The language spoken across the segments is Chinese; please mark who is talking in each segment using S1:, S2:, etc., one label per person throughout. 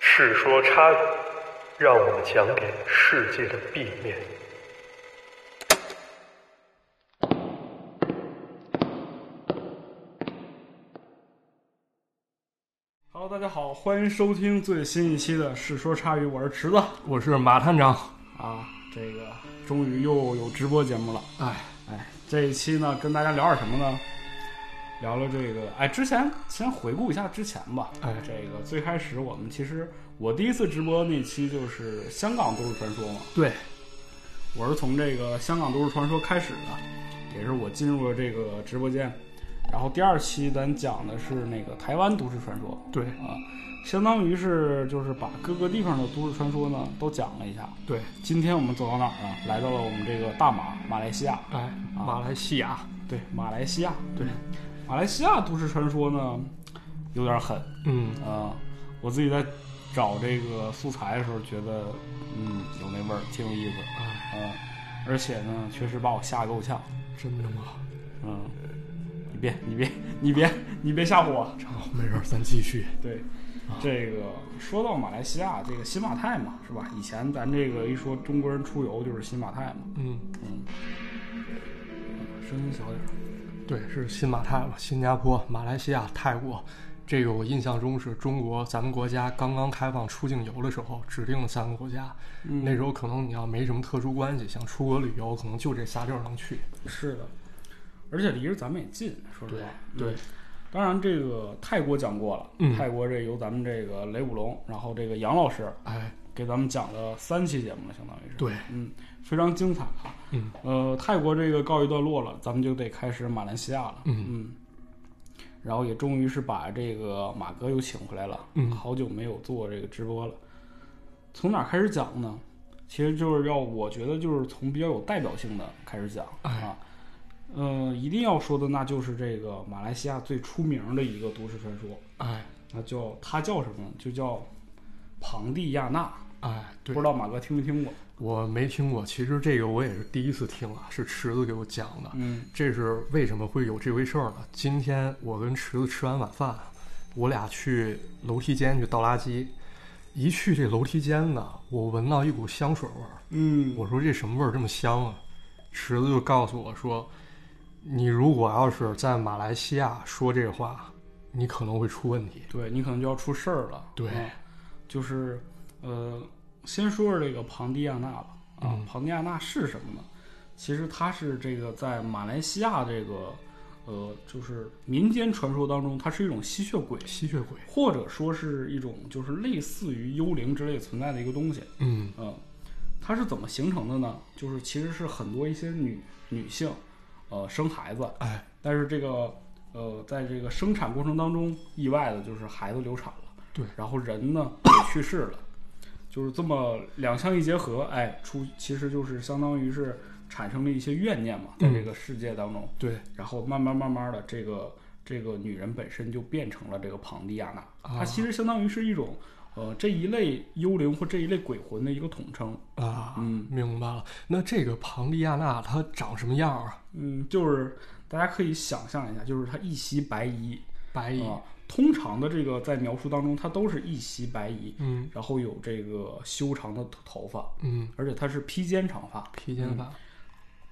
S1: 世说差语，让我们讲点世界的 B 面。
S2: Hello，大家好，欢迎收听最新一期的《世说差语》，我是池子
S3: 我是马探长。
S2: 啊。这个终于又有直播节目了，
S3: 哎，
S2: 哎，这一期呢，跟大家聊点什么呢？聊聊这个，哎，之前先回顾一下之前吧。
S3: 哎
S2: 这个最开始我们其实我第一次直播那期就是香港都市传说嘛，
S3: 对，
S2: 我是从这个香港都市传说开始的，也是我进入了这个直播间。然后第二期咱讲的是那个台湾都市传说，
S3: 对，
S2: 啊，相当于是就是把各个地方的都市传说呢都讲了一下。
S3: 对，
S2: 今天我们走到哪儿呢？来到了我们这个大马，马来西亚。
S3: 哎，马来西亚，
S2: 对，马来西亚，
S3: 对，
S2: 马来西亚都市传说呢，有点狠
S3: 嗯，
S2: 啊、我自己在找这个素材的时候，觉得嗯有那味儿，挺有意思
S3: 哎，
S2: 啊、而且呢，确实把我吓得够呛。
S3: 真的吗？
S2: 嗯，你别，你别，你别，你别吓唬我。
S3: 好，没事儿，咱继续。
S2: 对，
S3: 啊
S2: 这个说到马来西亚，这个新马泰嘛，是吧？以前咱这个一说中国人出游就是新马泰嘛，
S3: 嗯，
S2: 声音小点儿。
S3: 对，是新马泰嘛，新加坡、马来西亚、泰国，这个我印象中是中国咱们国家刚刚开放出境游的时候指定的三个国家。
S2: 嗯
S3: 那时候可能你要没什么特殊关系，想出国旅游，可能就这仨地儿能去。
S2: 是的，而且离着咱们也近，说实话。
S3: 对
S2: 嗯，当然这个泰国讲过了，
S3: 嗯
S2: 泰国这由咱们这个雷武龙，然后这个杨老师
S3: 哎，
S2: 给咱们讲了三期节目了，相当于是。，
S3: 对，
S2: 嗯，非常精彩啊。
S3: 嗯，
S2: 呃，泰国这个告一段落了，咱们就得开始马来西亚了。
S3: 嗯
S2: 嗯。然后也终于是把这个马哥又请回来了，
S3: 嗯
S2: 好久没有做这个直播了。从哪儿开始讲呢？其实就是要，我觉得就是从比较有代表性的开始讲
S3: 哎
S2: 啊。呃，一定要说的那就是这个马来西亚最出名的一个都市传说，
S3: 哎，
S2: 那叫它叫什么呢？就叫庞蒂亚纳。
S3: 哎，
S2: 不
S3: 对
S2: 知，道马哥听没听过？
S3: 我没听过，其实这个我也是第一次听啊，是池子给我讲的。
S2: 嗯，
S3: 这是为什么会有这回事儿呢？今天我跟池子吃完晚饭，我俩去楼梯间去倒垃圾，一去这楼梯间呢，我闻到一股香水味儿。
S2: 嗯，
S3: 我说这什么味儿这么香啊？池子就告诉我说，你如果要是在马来西亚说这话，你可能会出问题。
S2: 对你可能就要出事儿了。
S3: 对
S2: 啊就是呃，先说说这个庞蒂亚纳吧。啊，
S3: 嗯
S2: 庞蒂亚纳是什么呢？其实它是这个在马来西亚这个呃，就是民间传说当中，它是一种吸血鬼，
S3: 吸血鬼，
S2: 或者说是一种就是类似于幽灵之类存在的一个东西。
S3: 嗯
S2: 嗯，它是怎么形成的呢？就是其实是很多一些女女性，呃，生孩子，
S3: 哎，
S2: 但是这个呃，在这个生产过程当中，意外的就是孩子流产了，
S3: 对，
S2: 然后人 呢也去世了，就是这么两相一结合，哎，出其实就是相当于是产生了一些怨念嘛，在
S3: 嗯
S2: 这个世界当中，
S3: 对，
S2: 然后慢慢慢慢的这个。这个女人本身就变成了这个庞蒂亚娜，
S3: 啊
S2: 它其实相当于是一种，呃，这一类幽灵或这一类鬼魂的一个统称。
S3: 啊，
S2: 嗯
S3: 明白了。那这个庞蒂亚纳它长什么样啊？
S2: 嗯，就是大家可以想象一下，就是它一袭白衣，
S3: 白衣，
S2: 啊，通常的这个在描述当中，它都是一袭白衣，
S3: 嗯
S2: 然后有这个修长的头发，
S3: 嗯，
S2: 而且它是披肩长发。
S3: 披肩发，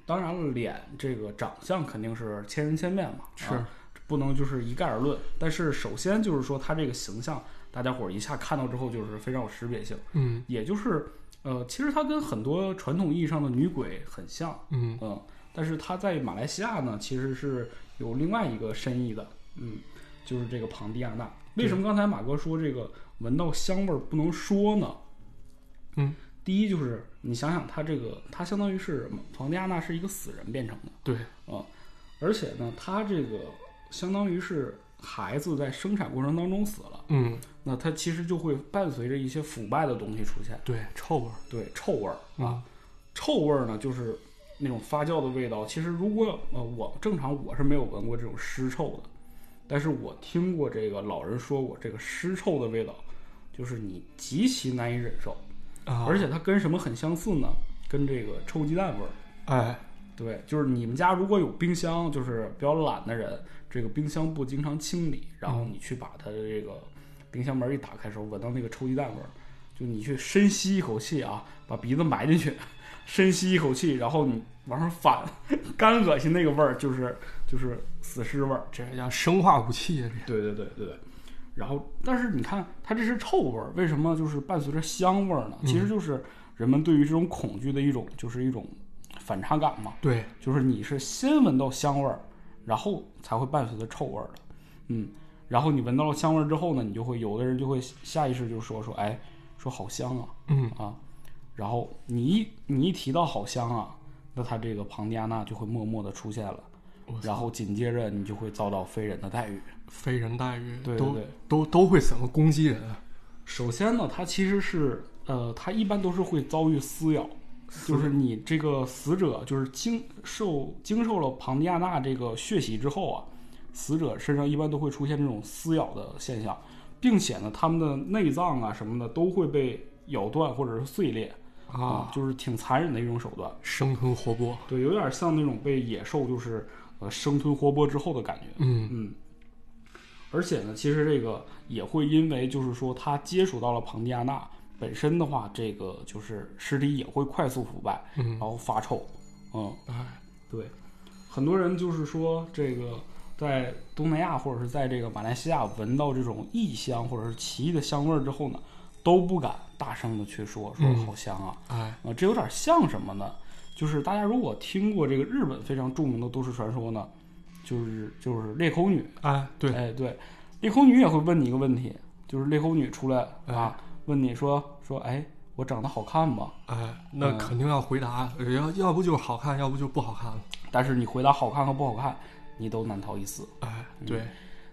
S2: 当然了，脸这个长相肯定是千人千面嘛，
S3: 是
S2: 啊不能就是一概而论。但是首先就是说，它这个形象，大家伙儿一下看到之后就是非常有识别性，
S3: 嗯
S2: 也就是呃，其实它跟很多传统意义上的女鬼很像，
S3: 嗯
S2: 嗯，但是它在马来西亚呢，其实是有另外一个深意的，嗯，就是这个庞蒂亚纳。为什么刚才马哥说这个闻到香味儿不能说呢？
S3: 嗯，
S2: 第一就是你想想，它这个它相当于是庞蒂亚纳是一个死人变成的，
S3: 对，
S2: 啊、而且呢，它这个相当于是孩子在生产过程当中死了，
S3: 嗯
S2: 那它其实就会伴随着一些腐败的东西出现，
S3: 对，臭味儿
S2: 对，臭味儿啊。
S3: 啊，
S2: 臭味儿呢，就是那种发酵的味道。其实如果呃我正常我是没有闻过这种尸臭的，但是我听过这个老人说过，这个尸臭的味道就是你极其难以忍受，
S3: 啊
S2: 而且它跟什么很相似呢？跟这个臭鸡蛋味儿。
S3: 哎，
S2: 对，就是你们家如果有冰箱，嗯就是比较懒的人，这个冰箱不经常清理，然后你去把它的这个冰箱门一打开的时候，闻到那个臭鸡蛋味儿，就你去深吸一口气啊，把鼻子埋进去， 深吸一口气，然后你往上反， 干恶心那个味儿就是就是死尸味儿。
S3: 这叫生化武器啊！
S2: 对对对对对。然后，但是你看，它这是臭味儿，为什么就是伴随着香味儿呢？其实就是人们对于这种恐惧的一种，就是一种反差感嘛。
S3: 这对，
S2: 就是你是先闻到香味儿，然后才会伴随着臭味儿的，嗯，然后你闻到了香味儿之后呢，你就会有的人就会下意识就说说，哎，说好香啊
S3: 嗯，
S2: 啊，然后你一你一提到好香啊，那他这个庞蒂安娜就会默默的出现了，然后紧接着你就会遭到非人的待遇。
S3: 非人待遇，
S2: 对对对
S3: 都都都会怎么攻击人啊？
S2: 首先呢，它其实是呃，它一般都是会遭遇撕咬，就是你这个死者就是经受经受了庞蒂亚纳这个血洗之后啊，死者身上一般都会出现这种撕咬的现象，并且呢，他们的内脏啊什么的都会被咬断或者是碎裂
S3: 啊，
S2: 就是挺残忍的一种手段。
S3: 生吞活剥，
S2: 对，有点像那种被野兽就是呃生吞活剥之后的感觉。
S3: 嗯，
S2: 嗯，而且呢，其实这个也会因为就是说他接触到了庞蒂亚纳本身的话，这个就是尸体也会快速腐败，
S3: 嗯
S2: 然后发臭，嗯，
S3: 哎，
S2: 对，很多人就是说这个在东南亚或者是在这个马来西亚闻到这种异香或者是奇异的香味儿之后呢，都不敢大声的去说说
S3: 嗯
S2: 好香啊，
S3: 哎，
S2: 啊，这有点像什么呢？就是大家如果听过这个日本非常著名的都市传说呢，就是就是裂口女，
S3: 哎，对，
S2: 哎对，裂口女也会问你一个问题，就是裂口女出来啊，问你说说，哎，我长得好看吗？
S3: 哎，那
S2: 嗯
S3: 肯定要回答，呃要要不就好看，要不就不好看了。
S2: 但是你回答好看和不好看，你都难逃一死。
S3: 哎，对，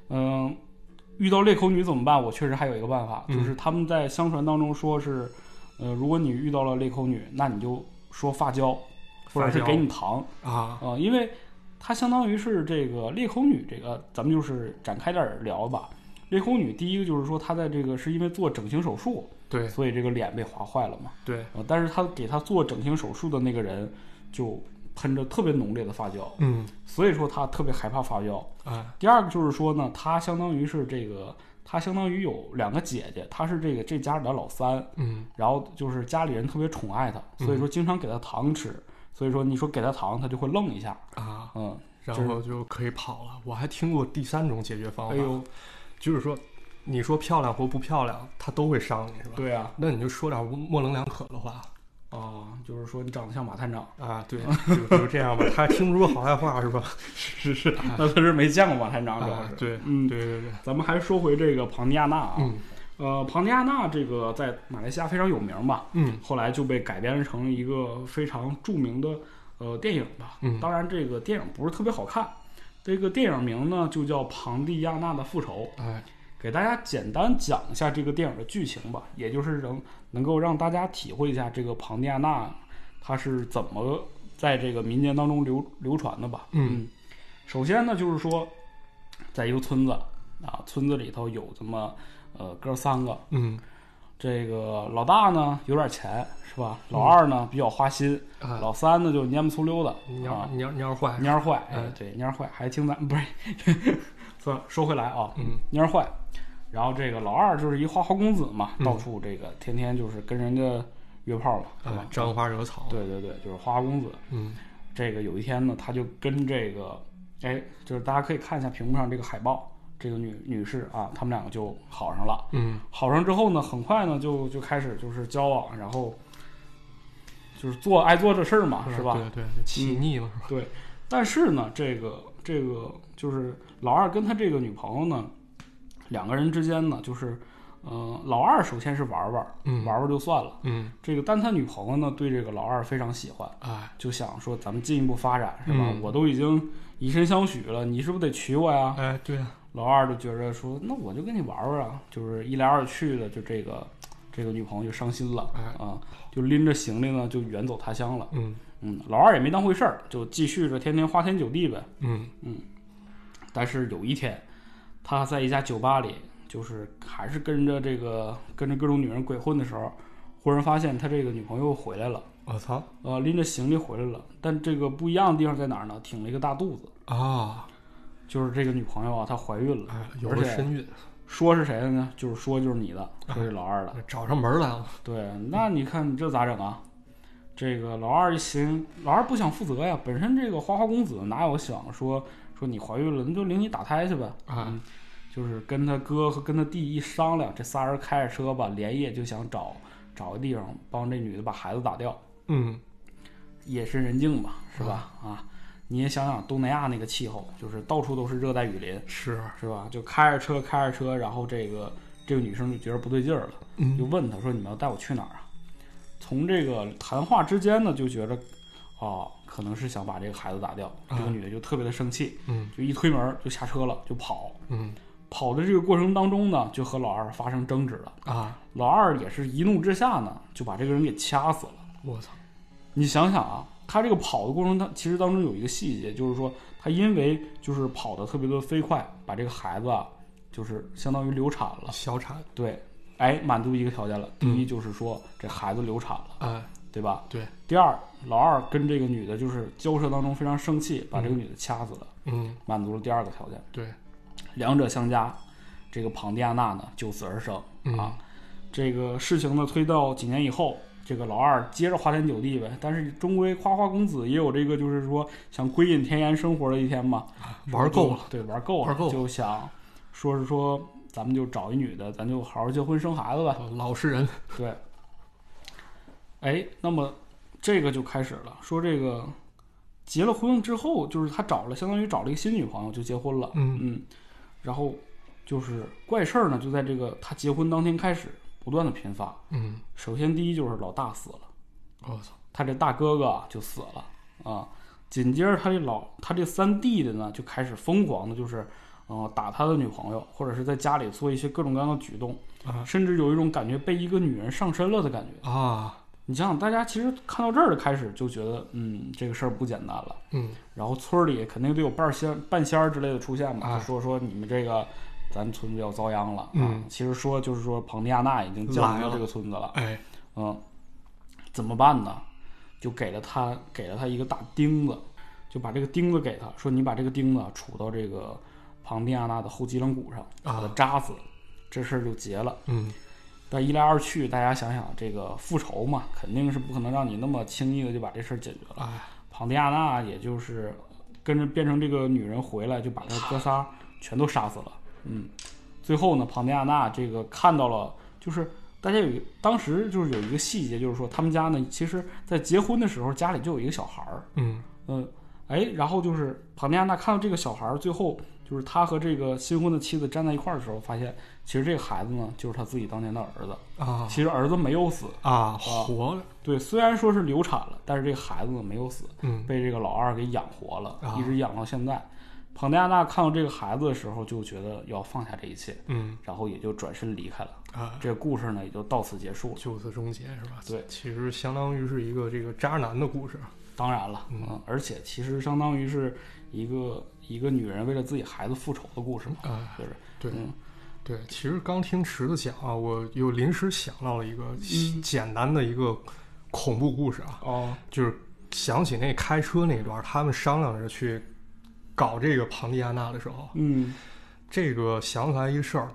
S2: 嗯，遇到裂口女怎么办？我确实还有一个办法，
S3: 嗯
S2: 就是他们在相传当中说是，呃，如果你遇到了裂口女，那你就说发胶，或者
S3: 发
S2: 是
S3: 胶
S2: 给你糖。
S3: 啊，
S2: 啊、因为它相当于是这个裂口女，这个咱们就是展开点儿聊吧。裂口女第一个就是说，她在这个是因为做整形手术，
S3: 对
S2: 所以这个脸被划坏了嘛。
S3: 对，
S2: 呃，但是她给她做整形手术的那个人就喷着特别浓烈的发胶，
S3: 嗯，
S2: 所以说她特别害怕发胶。
S3: 哎，
S2: 第二个就是说呢，她相当于是这个，她相当于有两个姐姐，她是这个这家里的老三，
S3: 嗯，
S2: 然后就是家里人特别宠爱她，所以说经常给她糖吃。所以说，你说给她糖，她就会愣一下，
S3: 啊，
S2: 嗯，
S3: 然后就可以跑了。我还听过第三种解决方法，
S2: 哎呦，
S3: 就是说，你说漂亮或不漂亮，他都会伤你，是吧？
S2: 对啊，
S3: 那你就说点模棱两可的话
S2: 哦，就是说你长得像马探长，
S3: 啊，对，就就这样吧。他听不出好坏话是吧？
S2: 是是， 那他是没见过马探长，主要
S3: 啊
S2: 是。，
S3: 对，
S2: 嗯
S3: 对对对，
S2: 咱们还说回这个庞蒂亚纳啊，
S3: 嗯
S2: 呃，庞蒂亚纳这个在马来西亚非常有名吧，
S3: 嗯
S2: 后来就被改编成了一个非常著名的呃电影吧。
S3: 嗯
S2: 当然，这个电影不是特别好看，这个电影名呢就叫《庞蒂亚纳的复仇》。
S3: 哎，
S2: 给大家简单讲一下这个电影的剧情吧，也就是能能够让大家体会一下这个庞蒂亚纳他是怎么在这个民间当中流流传的吧。
S3: 嗯
S2: 首先呢，就是说，在一个村子啊，村子里头有这么呃哥三个，
S3: 嗯
S2: 这个老大呢有点钱是吧？老二呢比较花心，
S3: 嗯啊，
S2: 老三呢就蔫不粗溜的，
S3: 蔫
S2: 啊
S3: 蔫蔫坏，
S2: 蔫儿坏，哎
S3: 嗯
S2: 对蔫儿坏，还听咱不是？ 算了，说回来啊，
S3: 嗯
S2: 蔫儿坏。然后这个老二就是一花花公子嘛，
S3: 嗯
S2: 到处这个天天就是跟人家约炮嘛，是吧
S3: 啊，？沾花惹草，，
S2: 对对对，就是花花公子。
S3: 嗯
S2: 这个有一天呢，他就跟这个，哎，就是大家可以看一下屏幕上这个海报，这个女女士啊，他们两个就好上了。
S3: 嗯
S2: 好上之后呢，很快呢就就开始就是交往，然后就是做爱做这事儿嘛，是吧？
S3: 嗯
S2: 嗯
S3: 对对，起腻嘛，是吧？
S2: 对，但是呢，这个这个就是老二跟他这个女朋友呢，两个人之间呢，就是，呃，老二首先是玩玩，
S3: 嗯
S2: 玩玩就算了。
S3: 嗯，
S2: 这个，但他女朋友呢，对这个老二非常喜欢，
S3: 哎，
S2: 就想说咱们进一步发展，是吧？
S3: 嗯
S2: 我都已经以身相许了，你是不是得娶我呀？
S3: 哎，对啊，
S2: 老二就觉着说，那我就跟你玩玩啊，就是一来二去的，就这个这个女朋友就伤心了
S3: 哎
S2: 啊，就拎着行李呢，就远走他乡了。
S3: 嗯
S2: 嗯，老二也没当回事儿，就继续着天天花天酒地呗。
S3: 嗯
S2: 但是有一天，他在一家酒吧里，就是还是跟着这个跟着各种女人鬼混的时候，忽然发现他这个女朋友回来了，
S3: 我操
S2: 呃，拎着行李回来了。但这个不一样的地方在哪儿呢？挺了一个大肚子，
S3: 啊，
S2: 就是这个女朋友啊，她怀孕了，
S3: 哎，有了身孕，
S2: 说是谁的呢？就是说就是你的，说是老二的。
S3: 找上门来了。
S2: 对，那你看你这咋整啊？这个老二一寻，老二不想负责呀。本身这个花花公子哪有想说说你怀孕了，那就领你打胎去呗。
S3: 啊
S2: 嗯，就是跟他哥和跟他弟一商量，这仨人开着车吧，连夜就想找找个地方帮这女的把孩子打掉。
S3: 嗯，
S2: 夜深人静吧，是吧？啊，你也想想东南亚那个气候，就是到处都是热带雨林，
S3: 是，
S2: 是吧？就开着车，开着车，然后这个这个女生就觉得不对劲儿了，就
S3: 嗯
S2: 问他说：“你们要带我去哪儿啊？”从这个谈话之间呢，就觉得，哦，可能是想把这个孩子打掉。这个女的就特别的生气，
S3: 啊嗯
S2: 就一推门就下车了，就跑。
S3: 嗯
S2: 跑的这个过程当中呢，就和老二发生争执了。
S3: 啊，
S2: 老二也是一怒之下呢，就把这个人给掐死了。
S3: 我操，
S2: 你想想啊，他这个跑的过程当，他其实当中有一个细节，就是说他因为就是跑的特别的飞快，把这个孩子啊，就是相当于流产了。
S3: 小产，
S2: 对，哎，满足一个条件了，第
S3: 嗯
S2: 一就是说这孩子流产了，
S3: 哎，
S2: 对吧？
S3: 对。
S2: 第二，老二跟这个女的就是交涉当中非常生气，把这个女的掐死了，
S3: 嗯，
S2: 满足了第二个条件。
S3: 对，
S2: 两者相加，这个庞蒂亚娜呢就此而生。
S3: 嗯
S2: 啊，这个事情呢推到几年以后，这个老二接着花天酒地呗，但是终归花花公子也有这个就是说想归隐田园生活的一天嘛，
S3: 玩够了，
S2: 对，玩够了，
S3: 玩够了
S2: 就想说是说咱们就找一女的，咱就好好结婚生孩子吧，
S3: 老实人，
S2: 对。哎，那么这个就开始了，说这个结了婚之后，就是他找了相当于找了一个新女朋友就结婚了，
S3: 嗯
S2: 嗯，然后就是怪事儿呢，就在这个他结婚当天开始不断的频发。
S3: 嗯，
S2: 首先第一就是老大死了，
S3: 我操，
S2: 他这大哥哥啊就死了啊，紧接着他这老他这三弟的呢就开始疯狂的，就是呃打他的女朋友，或者是在家里做一些各种各样的举动，
S3: 啊
S2: 甚至有一种感觉被一个女人上身了的感觉。
S3: 啊，
S2: 你想想，大家其实看到这儿的开始就觉得，嗯，这个事儿不简单了。
S3: 嗯
S2: 然后村儿里肯定得有半仙儿、半仙儿之类的出现嘛，
S3: 哎
S2: 就说说你们这个咱村子要遭殃了。啊
S3: 嗯，
S2: 其实说就是说庞蒂亚娜已经降临
S3: 来
S2: 到
S3: 了
S2: 这个村子了。
S3: 哎，
S2: 嗯，怎么办呢？就给了他给了他一个大钉子，就把这个钉子给他说，你把这个钉子啊杵到这个庞蒂亚娜的后脊梁骨上，把它
S3: 啊
S2: 扎死，这事儿就结了。
S3: 嗯，
S2: 但一来二去，大家想想，这个复仇嘛，肯定是不可能让你那么轻易的就把这事儿解决了。
S3: 哎，
S2: 庞蒂亚娜也就是跟着变成这个女人回来，就把这哥仨全都杀死了。嗯，最后呢，庞蒂亚娜这个看到了，就是大家有一当时就是有一个细节，就是说他们家呢，其实在结婚的时候家里就有一个小孩儿，
S3: 嗯
S2: 嗯，哎，然后就是庞蒂亚娜看到这个小孩儿，最后就是他和这个新婚的妻子站在一块儿的时候，发现其实这个孩子呢就是他自己当年的儿子，
S3: 啊
S2: 其实儿子没有死。
S3: 啊，活着，
S2: 对，虽然说是流产了，但是这个孩子呢没有死，
S3: 嗯
S2: 被这个老二给养活了，
S3: 啊
S2: 一直养到现在。庞蒂亚娜看到这个孩子的时候，就觉得要放下这一切，
S3: 嗯
S2: 然后也就转身离开了。
S3: 啊，
S2: 这个故事呢，也就到此结束了。
S3: 就此终结是吧？
S2: 对
S3: 其实相当于是一个这个渣男的故事，
S2: 当然了，
S3: 嗯
S2: 嗯，而且其实相当于是一个一个女人为了自己孩子复仇的故事嘛，
S3: 啊，
S2: 就是，
S3: 对。
S2: 嗯，
S3: 对，其实刚听池子讲啊，我又临时想到了一个简单的一个恐怖故事啊，
S2: 哦，
S3: 就是想起那开车那段，他们商量着去搞这个庞蒂亚娜的时候，
S2: 嗯，
S3: 这个想起来一个事儿，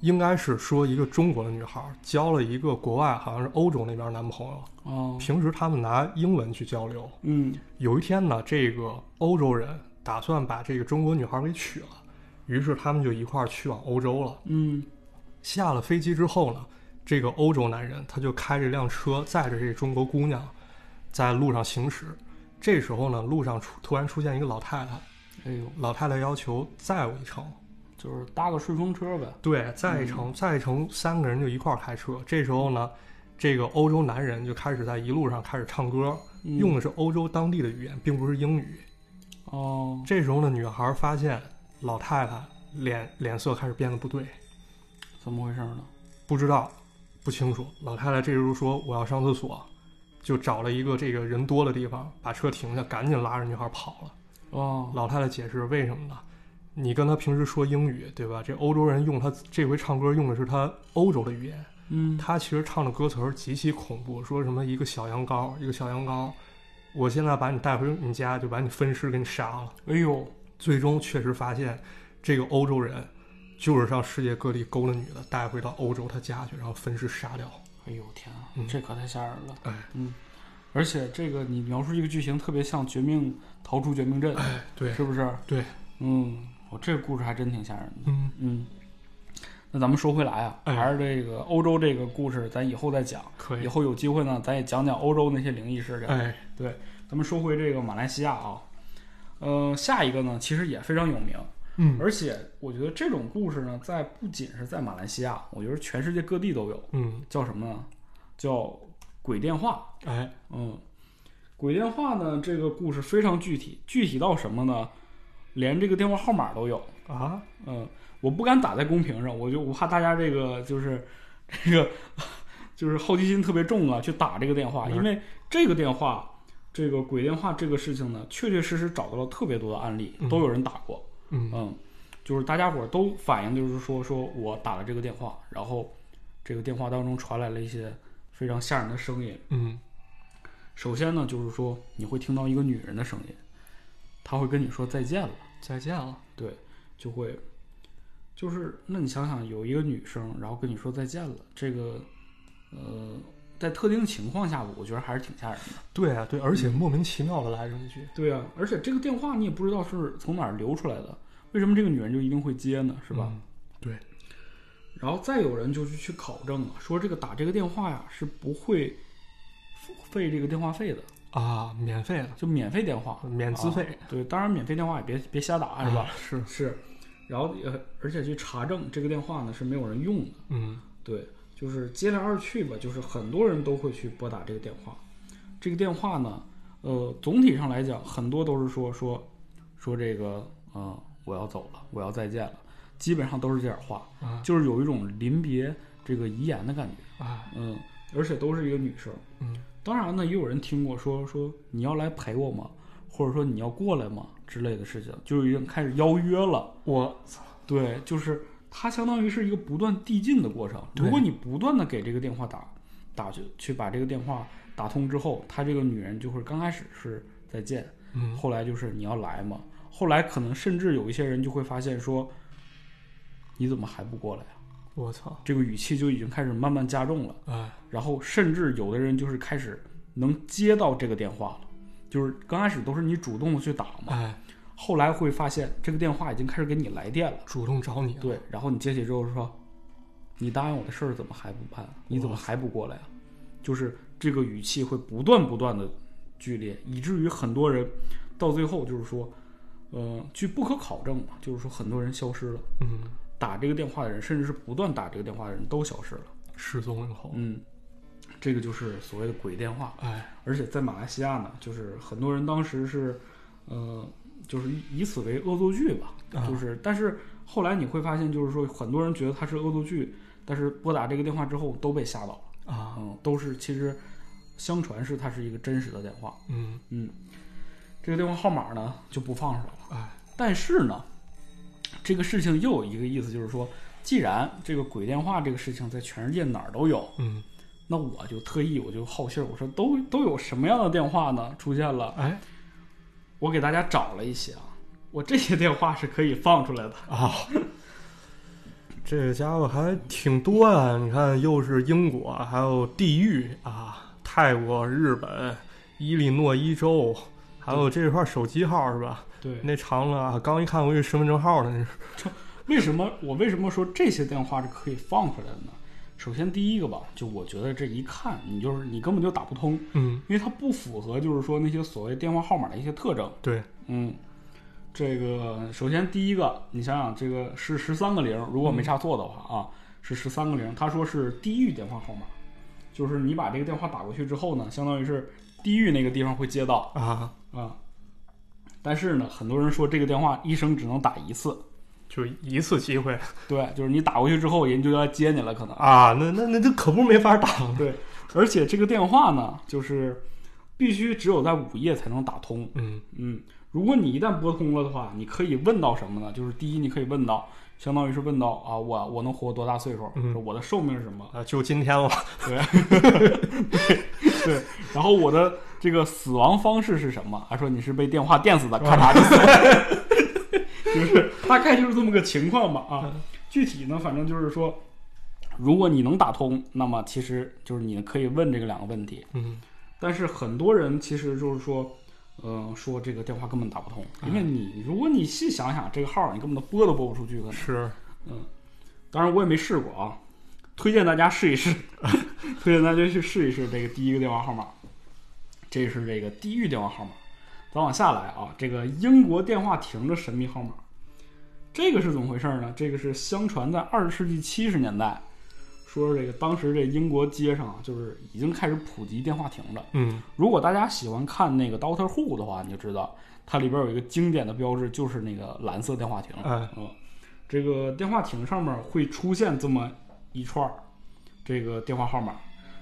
S3: 应该是说一个中国的女孩交了一个国外好像是欧洲那边男朋友，
S2: 哦，
S3: 平时他们拿英文去交流。
S2: 嗯，
S3: 有一天呢，这个欧洲人打算把这个中国女孩给娶了，于是他们就一块儿去往欧洲了。
S2: 嗯，
S3: 下了飞机之后呢，这个欧洲男人他就开着辆车载着这中国姑娘在路上行驶。这时候呢，路上出突然出现一个老太太，
S2: 哎呦，
S3: 老太太要求载我一程。
S2: 就是搭个顺风车呗，
S3: 对，载一程，载一程，三个人就一块儿开车。这时候呢，这个欧洲男人就开始在一路上开始唱歌，
S2: 嗯
S3: 用的是欧洲当地的语言，并不是英语。
S2: 哦，
S3: 这时候呢，女孩发现老太太脸脸色开始变得不对，
S2: 怎么回事呢？
S3: 不知道，不清楚。老太太这时候说：“我要上厕所。”就找了一个这个人多的地方，把车停下，赶紧拉着女孩跑了。
S2: 哦，
S3: 老太太解释为什么呢？你跟她平时说英语，对吧？这欧洲人用她这回唱歌用的是她欧洲的语言，
S2: 嗯，
S3: 她其实唱的歌词儿极其恐怖，说什么一个小羊羔，一个小羊羔，我现在把你带回你家，就把你分尸给你杀了。
S2: 哎呦，
S3: 最终确实发现，这个欧洲人就是上世界各地勾了女的带回到欧洲他家去，然后分尸杀掉。
S2: 哎呦天啊
S3: 嗯，
S2: 这可太吓人了。
S3: 哎，
S2: 嗯，而且这个你描述这个剧情特别像《绝命逃出绝命镇》，
S3: 哎，对，
S2: 是不是？
S3: 对，
S2: 嗯，我这个故事还真挺吓人的。
S3: 嗯，
S2: 嗯，那咱们说回来啊，
S3: 哎
S2: 还是这个欧洲这个故事，咱以后再讲。
S3: 可
S2: 以
S3: 以。
S2: 后有机会呢，咱也讲讲欧洲那些灵异事件。
S3: 哎，
S2: 咱们说回这个马来西亚啊，呃，下一个呢，其实也非常有名，
S3: 嗯
S2: 而且我觉得这种故事呢，在不仅是在马来西亚，我觉得全世界各地都有。
S3: 嗯，
S2: 叫什么呢？叫鬼电话。
S3: 哎，
S2: 嗯，鬼电话呢，这个故事非常具体，具体到什么呢？连这个电话号码都有。
S3: 啊，
S2: 嗯，我不敢打在公屏上，我就我怕大家这个就是这个就是好奇心特别重啊，去打这个电话，
S3: 嗯
S2: 因为这个电话，这个鬼电话这个事情呢，确确实实找到了特别多的案例
S3: 嗯，
S2: 都有人打过，
S3: 嗯，
S2: 嗯，就是大家伙儿都反映就是说说我打了这个电话，然后这个电话当中传来了一些非常吓人的声音。
S3: 嗯，
S2: 首先呢，就是说你会听到一个女人的声音，她会跟你说再见了。
S3: 再见啊了。
S2: 对，就会，就是那你想想，有一个女生，然后跟你说再见了，这个，呃，在特定情况下，我觉得还是挺吓人的。
S3: 对啊，对，而且莫名其妙的来这么一句，
S2: 对啊，而且这个电话你也不知道是从哪儿流出来的，为什么这个女人就一定会接呢？是吧？
S3: 嗯？对，
S2: 然后再有人就是去考证了，说这个打这个电话呀是不会付费这个电话费的，
S3: 啊，免费的，
S2: 就嗯免费电话，啊
S3: 免资费
S2: 对，当然免费电话也别别瞎打，是吧？？
S3: 是，
S2: 是，然后呃，而且去查证这个电话呢是没有人用的。
S3: 嗯，
S2: 对，就是接来二去吧，就是很多人都会去拨打这个电话。这个电话呢，呃，总体上来讲，很多都是说说说这个，嗯、我要走了，我要再见了，基本上都是这点话，
S3: 啊
S2: 就是有一种临别这个遗言的感觉，
S3: 啊，
S2: 嗯，而且都是一个女生。
S3: 嗯，
S2: 当然呢，也有人听过说说你要来陪我吗，或者说你要过来吗之类的事情，就是已经开始邀约了。
S3: 我
S2: 对，就是它相当于是一个不断递进的过程。
S3: 对
S2: 如果你不断的给这个电话打打去去把这个电话打通之后，她这个女人就会刚开始是再见，
S3: 嗯
S2: 后来就是你要来吗？后来可能甚至有一些人就会发现说，你怎么还不过来啊？
S3: 我操，
S2: 这个语气就已经开始慢慢加重了。
S3: 哎，
S2: 然后甚至有的人就是开始能接到这个电话了，就是刚开始都是你主动的去打嘛，
S3: 哎，
S2: 后来会发现这个电话已经开始给你来电了。
S3: 主动找你，，
S2: 对，然后你接起之后说：“你答应我的事儿怎么还不办？你怎么还不过来啊？”就是这个语气会不断不断的剧烈，以至于很多人到最后就是说，呃，据不可考证嘛，就是说很多人消失了，
S3: 嗯，
S2: 打这个电话的人，甚至是不断打这个电话的人都消失了。
S3: 失踪以后，
S2: 嗯，这个就是所谓的鬼电话。
S3: 哎，
S2: 而且在马来西亚呢，就是很多人当时是，呃，就是以此为恶作剧吧，
S3: 啊
S2: 就是但是后来你会发现，就是说很多人觉得它是恶作剧，但是拨打这个电话之后都被吓到了，
S3: 啊，
S2: 嗯，都是其实相传是它是一个真实的电话，
S3: 嗯，
S2: 嗯，这个电话号码呢就不放出来了。
S3: 哎，
S2: 但是呢，这个事情又有一个意思，就是说，既然这个鬼电话这个事情在全世界哪儿都有，
S3: 嗯，
S2: 那我就特意我就好信儿，我说都都有什么样的电话呢出现了？
S3: 哎，
S2: 我给大家找了一些啊，我这些电话是可以放出来的。
S3: 啊， 这家伙还挺多啊！你看，又是英国，还有地狱啊，泰国、日本、伊利诺伊州，还有这块手机号是吧？
S2: 对，
S3: 那长了啊，刚一看我以为身份证号呢。
S2: 为什么我为什么说这些电话是可以放出来的呢？首先第一个吧，就我觉得这一看你就是你根本就打不通，
S3: 嗯，
S2: 因为它不符合就是说那些所谓电话号码的一些特征。
S3: 对，
S2: 嗯，这个首先第一个，你想想这个是十三个零，如果没差错的话啊，是十三个零。他说是地狱电话号码，就是你把这个电话打过去之后呢，相当于是地狱那个地方会接到
S3: 啊，
S2: 啊。但是呢，很多人说这个电话一生只能打一次，
S3: 就一次机会
S2: 对，就是你打过去之后，人就要接你了，可能。
S3: 啊，那那那这可不是没法打了。
S2: 对，而且这个电话呢，就是必须只有在午夜才能打通，
S3: 嗯
S2: 嗯，如果你一旦拨通了的话，你可以问到什么呢？就是第一，你可以问到，相当于是问到啊，我我能活多大岁数？
S3: 嗯
S2: 说我的寿命是什么？
S3: 啊，就今天了。
S2: 对，对，然后我的这个死亡方式是什么？还说你是被电话电死的，咔嚓就死了，就是大概就是这么个情况吧啊。具体呢，反正就是说，如果你能打通，那么其实就是你可以问这个两个问题。
S3: 嗯，
S2: 但是很多人其实就是说，嗯、说这个电话根本打不通，因为你如果你细想想，这个号你根本都拨都拨不出去，可能。
S3: 是，
S2: 当然我也没试过啊，推荐大家试一试， 推荐大家去试一试这个第一个电话号码，这是这个地狱电话号码。咱往下来啊，这个英国电话亭的神秘号码，这个是怎么回事呢？这个是相传在二十世纪七十年代，说这个当时这英国街上啊，就是已经开始普及电话亭了。
S3: 嗯
S2: 如果大家喜欢看那个《Doctor Who》的话，你就知道它里边有一个经典的标志，就是那个蓝色电话亭。
S3: 哎
S2: 嗯，这个电话亭上面会出现这么一串儿这个电话号码。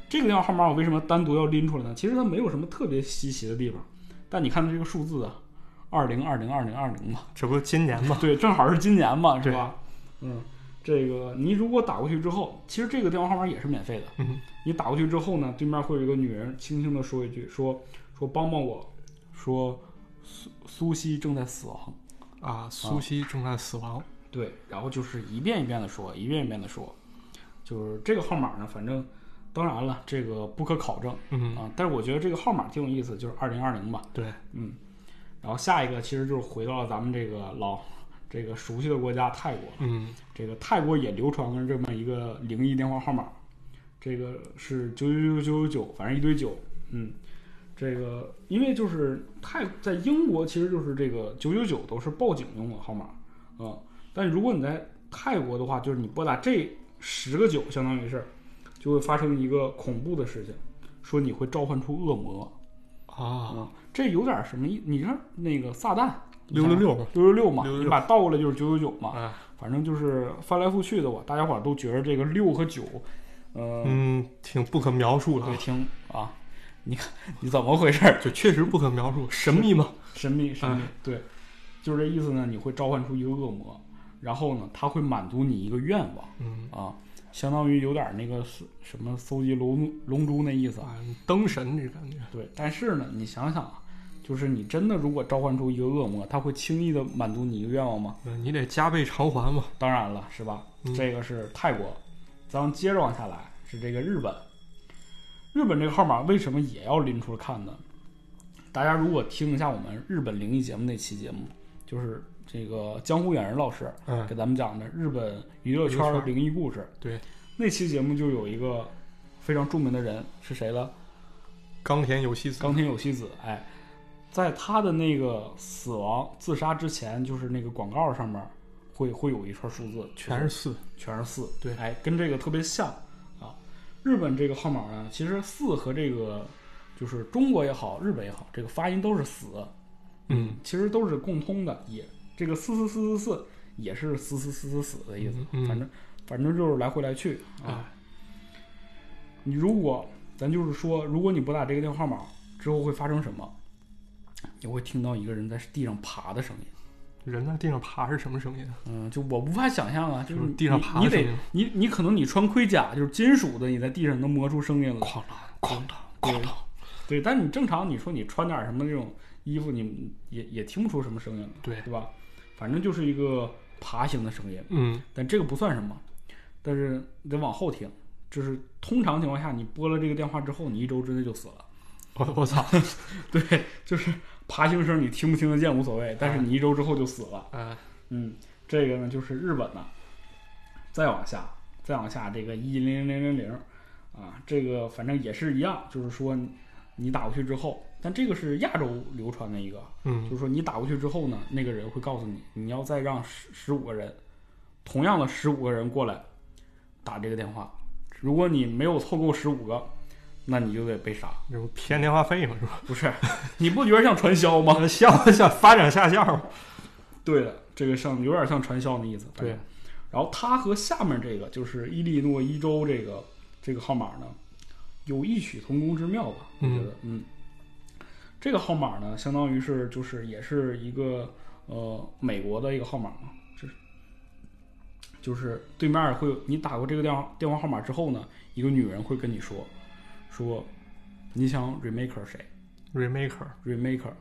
S2: 这个电话号码我为什么单独要拎出来呢？其实它没有什么特别稀奇的地方，但你看它这个数字啊，二零二零二零二零嘛，
S3: 这不今年 吗？
S2: 对，正好是今年嘛，是吧？嗯，这个你如果打过去之后，其实这个电话号码也是免费的。
S3: 嗯
S2: 你打过去之后呢，对面会有一个女人轻轻的说一句：“说说帮帮我，说苏苏西正在死亡。
S3: 啊，苏西正在死亡。”
S2: 对，然后就是一遍一遍的说，一遍一遍的说，就是这个号码呢，反正当然了，这个不可考证
S3: 嗯，
S2: 啊，但是我觉得这个号码挺有意思，就是二零二零吧，
S3: 对，
S2: 嗯，然后下一个其实就是回到了咱们这个老这个熟悉的国家泰国，
S3: 嗯
S2: 这个泰国也流传了这么一个灵异电话号码，这个是九九九九九九，反正一堆九，嗯，这个因为就是泰在英国其实就是这个九九九都是报警用的号码，嗯，但如果你在泰国的话，就是你拨打这十个九，相当于是就会发生一个恐怖的事情，说你会召唤出恶魔啊、
S3: 啊，
S2: 嗯这有点什么意？你看那个撒旦
S3: 六六六
S2: 六六六嘛，
S3: 666
S2: 你把倒过来就是九九九嘛，
S3: 啊，
S2: 反正就是翻来覆去的吧，大家伙儿都觉得这个六和九，呃，
S3: 嗯，挺不可描述的
S2: 对，，听啊，你看 你怎么回事儿？
S3: 就确实不可描述，神秘嘛。
S2: 神秘神秘，对，就是这意思呢。你会召唤出一个恶魔，然后呢，他会满足你一个愿望
S3: 嗯，
S2: 啊，相当于有点儿那个是什么搜集龙龙珠那意思啊。
S3: 啊，灯神这感觉。
S2: 对，但是呢，你想想啊，就是你真的如果召唤出一个恶魔，他会轻易的满足你一个愿望吗？
S3: 嗯你得加倍偿还嘛。
S2: 当然了，是吧？
S3: 嗯
S2: 这个是泰国，咱们接着往下来是这个日本。日本这个号码为什么也要拎出来看呢？大家如果听一下我们日本灵异节目那期节目，就是这个江湖远人老师
S3: 嗯，
S2: 给咱们讲的日本娱乐圈
S3: 娱乐
S2: 的
S3: 圈
S2: 灵异故事。
S3: 对，
S2: 那期节目就有一个非常著名的人是谁了？
S3: 冈田有希子。
S2: 冈田有希子。哎，在他的那个死亡自杀之前，就是那个广告上面会会有一串数字，
S3: 全是四，
S2: 全是四，
S3: 对
S2: 哎，跟这个特别像啊。日本这个号码呢，其实四和这个就是中国也好，日本也好，这个发音都是死，
S3: 嗯
S2: 其实都是共通的，也这个四四四四四也是死死死死死的意思，
S3: 嗯嗯
S2: 反正反正就是来回来去啊。你如果咱就是说，如果你拨打这个电话号码之后会发生什么？你会听到一个人在地上爬的声音，
S3: 人在地上爬是什么声音？
S2: 嗯，就我无法想象啊，就是
S3: 就是
S2: 你
S3: 地上爬
S2: 你
S3: 的
S2: 你
S3: 声
S2: 得
S3: 音，
S2: 你你可能你穿盔甲就是金属的，你在地上能磨出声音了。
S3: 哐当哐当哐当。
S2: 对，但你正常你说你穿点什么那种衣服，你也也听不出什么声音了，
S3: 对，
S2: 对吧？反正就是一个爬行的声音，
S3: 嗯
S2: 但这个不算什么。但是你得往后听，就是通常情况下，你拨了这个电话之后，你一周之内就死了。
S3: 我我操，
S2: 对，就是爬行声你听不听得见无所谓，但是你一周之后就死了。
S3: 嗯
S2: 嗯，这个呢就是日本的，再往下，再往下，这个一零零零零啊，这个反正也是一样，就是说你你打过去之后，但这个是亚洲流传的一个，就
S3: 嗯
S2: 是说你打过去之后呢，那个人会告诉你，你要再让十十五个人，同样的十五个人过来打这个电话，如果你没有凑够十五个，那你就得被杀。
S3: 这不骗电话费嘛，是吧？
S2: 不是， 你不觉得像传销吗？
S3: 像像发展下线嘛。
S2: 对的，这个像有点像传销的意思。反正
S3: 对，
S2: 然后它和下面这个就是伊利诺伊州这个这个号码呢，有异曲同工之妙吧？我觉得，嗯这个号码呢，相当于是就是也是一个呃美国的一个号码嘛，就是就是对面会有你打过这个电话电话号码之后呢，一个女人会跟你说说你想 remaker 谁
S3: remaker
S2: remaker，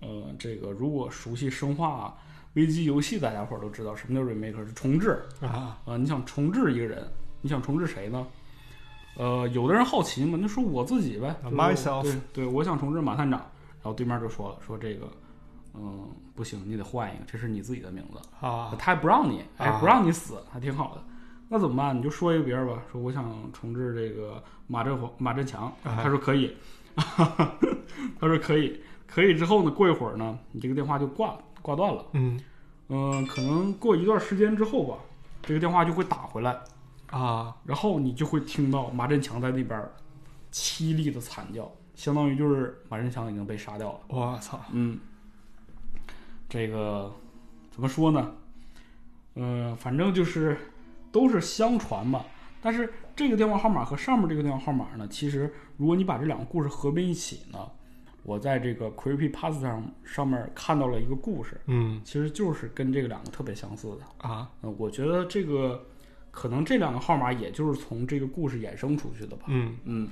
S2: 呃，这个如果熟悉生化危机游戏大家伙儿都知道什么叫 remake 是重置
S3: 啊，
S2: 啊、你想重置一个人，你想重置谁呢？呃，有的人好奇嘛，那说我自己呗
S3: 啊
S2: 就是
S3: myself
S2: 对对，我想重置马探长，然后对面就说了，说这个，嗯，不行，你得换一个，这是你自己的名字，
S3: 啊
S2: 他还不让你，哎
S3: 啊，
S2: 不让你死，还挺好的。那怎么办？你就说一个别人吧，说我想重置这个马振华、马振强，
S3: 哎
S2: 他说可以， 他说可以，可以之后呢，过一会儿呢，你这个电话就挂了挂断了。
S3: 嗯
S2: 嗯，可能过一段时间之后吧，这个电话就会打回来，
S3: 啊
S2: 然后你就会听到马振强在那边凄厉的惨叫，相当于就是马振强已经被杀掉了。
S3: 我操
S2: 嗯，这个怎么说呢？嗯、反正就是都是相传吧。但是这个电话号码和上面这个电话号码呢，其实如果你把这两个故事合并一起呢，我在这个 Creepy Pasta 上上面看到了一个故事，
S3: 嗯
S2: 其实就是跟这个两个特别相似的。
S3: 啊
S2: 嗯、我觉得这个可能这两个号码也就是从这个故事衍生出去的吧。
S3: 嗯
S2: 嗯，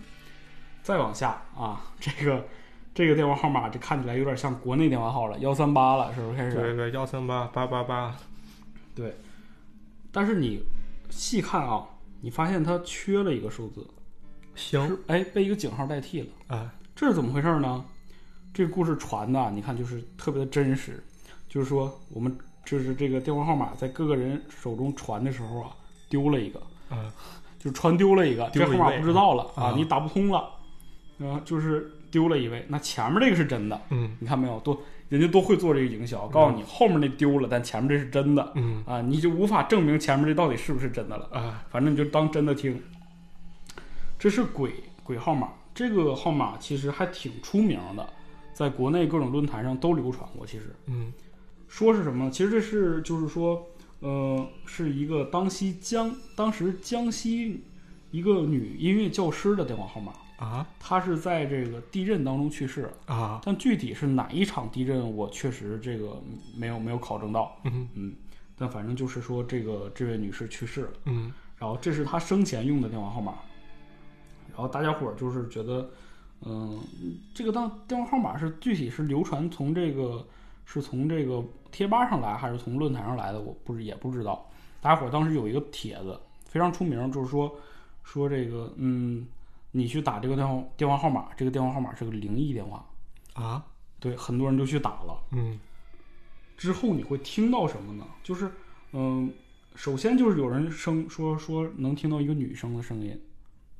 S2: 再往下啊， 这个这个电话号码这看起来有点像国内电话号了，幺三八了，是不是开
S3: 对
S2: 始？
S3: 对幺三八八八八
S2: 对但是你细看啊，你发现它缺了一个数字，
S3: 行
S2: 是哎被一个井号代替了，
S3: 哎
S2: 这是怎么回事呢？这个故事传的啊，你看就是特别的真实，就是说我们就是这个电话号码在各个人手中传的时候啊，丢了一个，
S3: 啊
S2: 就传丢了一个，
S3: 丢
S2: 这
S3: 了一
S2: 号
S3: 位
S2: 码不知道了
S3: 啊
S2: 你打不通了，啊，就是丢了一位。那前面这个是真的，
S3: 嗯
S2: 你看没有？多人家都会做这个营销，告诉你后面那丢了，但前面这是真的
S3: 嗯
S2: 啊，你就无法证明前面这到底是不是真的了。
S3: 啊
S2: 反正你就当真的听。这是鬼鬼号码，这个号码其实还挺出名的，在国内各种论坛上都流传过。其实
S3: 嗯
S2: 说是什么呢？其实这是就是说，呃，是一个当西江当时江西一个女音乐教师的电话号码，
S3: 啊
S2: 她是在这个地震当中去世了，
S3: 啊
S2: 但具体是哪一场地震，我确实这个没有没有考证到。
S3: 嗯
S2: 嗯，但反正就是说，这个这位女士去世了，
S3: 嗯
S2: 然后这是她生前用的电话号码，然后大家伙儿就是觉得，嗯、这个当电话号码是具体是流传从这个是从这个贴吧上来还是从论坛上来的，我不是也不知道。大家伙儿当时有一个帖子非常出名，就是说说这个嗯，你去打这个电话电话号码，这个电话号码是个灵异电话，
S3: 啊
S2: 对，很多人就去打了。
S3: 嗯
S2: 之后你会听到什么呢？就是，嗯、首先就是有人声说说能听到一个女生的声音，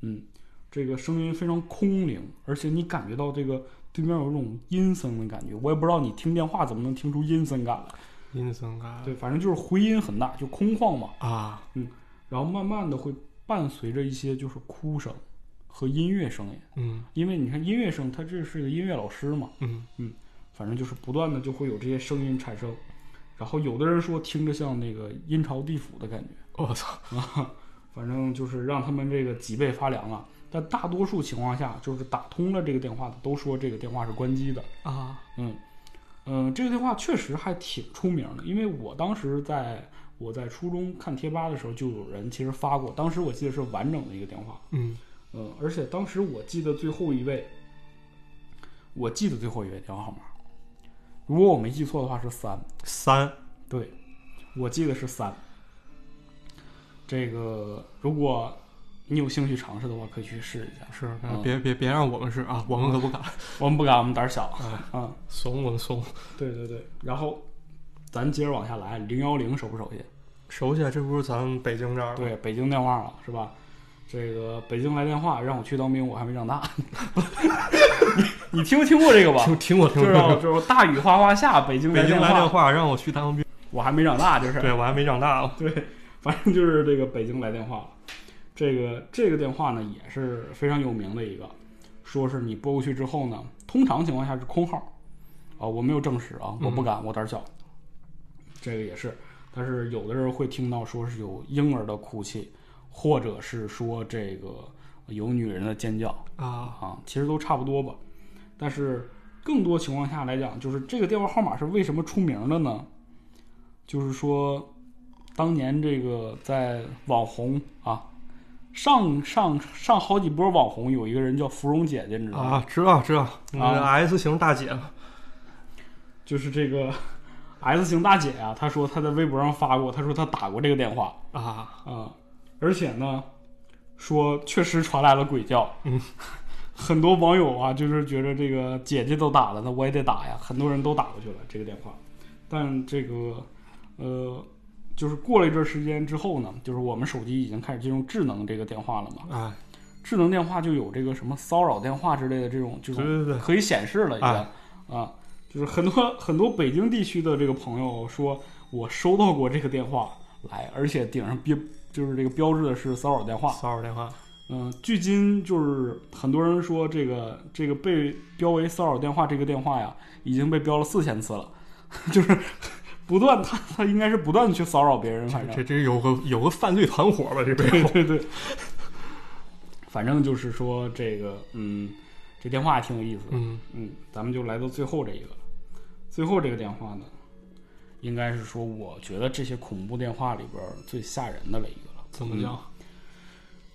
S2: 嗯，这个声音非常空灵，而且你感觉到这个对面有一种阴森的感觉。我也不知道你听电话怎么能听出阴森感来，
S3: 阴森感
S2: 对，反正就是回音很大，就空旷嘛。
S3: 啊
S2: 然后慢慢的会伴随着一些就是哭声和音乐声音，
S3: 嗯
S2: 因为你看音乐声，他这是个音乐老师嘛，
S3: 嗯
S2: 反正就是不断的就会有这些声音产生。然后有的人说听着像那个阴曹地府的感觉，啊
S3: 我操
S2: 反正就是让他们这个脊背发凉啊。但大多数情况下，就是打通了这个电话的都说这个电话是关机的。
S3: 啊
S2: 嗯嗯，这个电话确实还挺出名的，因为我当时在我在初中看贴吧的时候，就有人其实发过，当时我记得是完整的一个电话。
S3: 嗯
S2: 嗯，而且当时我记得最后一位，我记得最后一位电话号码，如果我没记错的话是三，
S3: 三
S2: 对，我记得是三。这个如果你有兴趣尝试的话，可以去试一下。
S3: 是
S2: 嗯
S3: 别别别让我们是啊，我们可不敢
S2: 我们不敢，我们胆儿小啊、嗯
S3: 怂，我们怂。
S2: 对对对，然后咱接着往下来，零幺零熟不熟悉？
S3: 熟悉，啊这不是咱们北京这儿吗？
S2: 对，北京电话了是吧？这个北京来电话让我去当兵，我还没长大。 你你听没听过这个吧？
S3: 听听过听
S2: 就是
S3: 过。
S2: 就是大雨哗哗下，北京
S3: 北京来电
S2: 电话，
S3: 话让我去当兵，
S2: 我还没长大，就是
S3: 对我还没长大啊。
S2: 对，反正就是这个北京来电话了。这个这个电话呢也是非常有名的一个，说是你拨过去之后呢，通常情况下是空号，啊、我没有证实啊，我不
S3: 嗯
S2: 敢，我胆儿小。这个也是，但是有的人会听到说是有婴儿的哭泣，或者是说这个有女人的尖叫，
S3: 啊
S2: 啊，其实都差不多吧。但是更多情况下来讲，就是这个电话号码是为什么出名的呢？就是说，当年这个在网红啊，上上上好几波网红，有一个人叫芙蓉姐姐，你知道吗？
S3: 啊啊，知道知道，那个
S2: 啊
S3: S 型大姐嘛
S2: 就是这个 S 型大姐啊，她说她在微博上发过，她说她打过这个电话
S3: 啊，
S2: 啊、而且呢，说确实传来了鬼叫。
S3: 嗯，
S2: 很多网友啊，就是觉得这个姐姐都打了，那我也得打呀，很多人都打过去了这个电话。但这个，呃，就是过了一段时间之后呢，就是我们手机已经开始进入智能这个电话了嘛，
S3: 哎，
S2: 智能电话就有这个什么骚扰电话之类的这种，就
S3: 对
S2: 是
S3: 对对，
S2: 可以显示了，已经、
S3: 哎
S2: 啊，就是很多很多北京地区的这个朋友说，我收到过这个电话来，而且顶上标就是这个标志的是骚扰电话。
S3: 骚扰电话，
S2: 嗯、距今就是很多人说这个这个被标为骚扰电话这个电话呀，已经被标了四千次了， 就是不断他他应该是不断的去骚扰别人，反正
S3: 这这有个有个犯罪团伙吧？这背后
S2: 对对，反正就是说这个嗯，这电话还挺有意思的。
S3: 嗯，
S2: 嗯，咱们就来到最后这一个了。最后这个电话呢，应该是说我觉得这些恐怖电话里边儿最吓人的了一个了。
S3: 怎么
S2: 嗯
S3: 讲？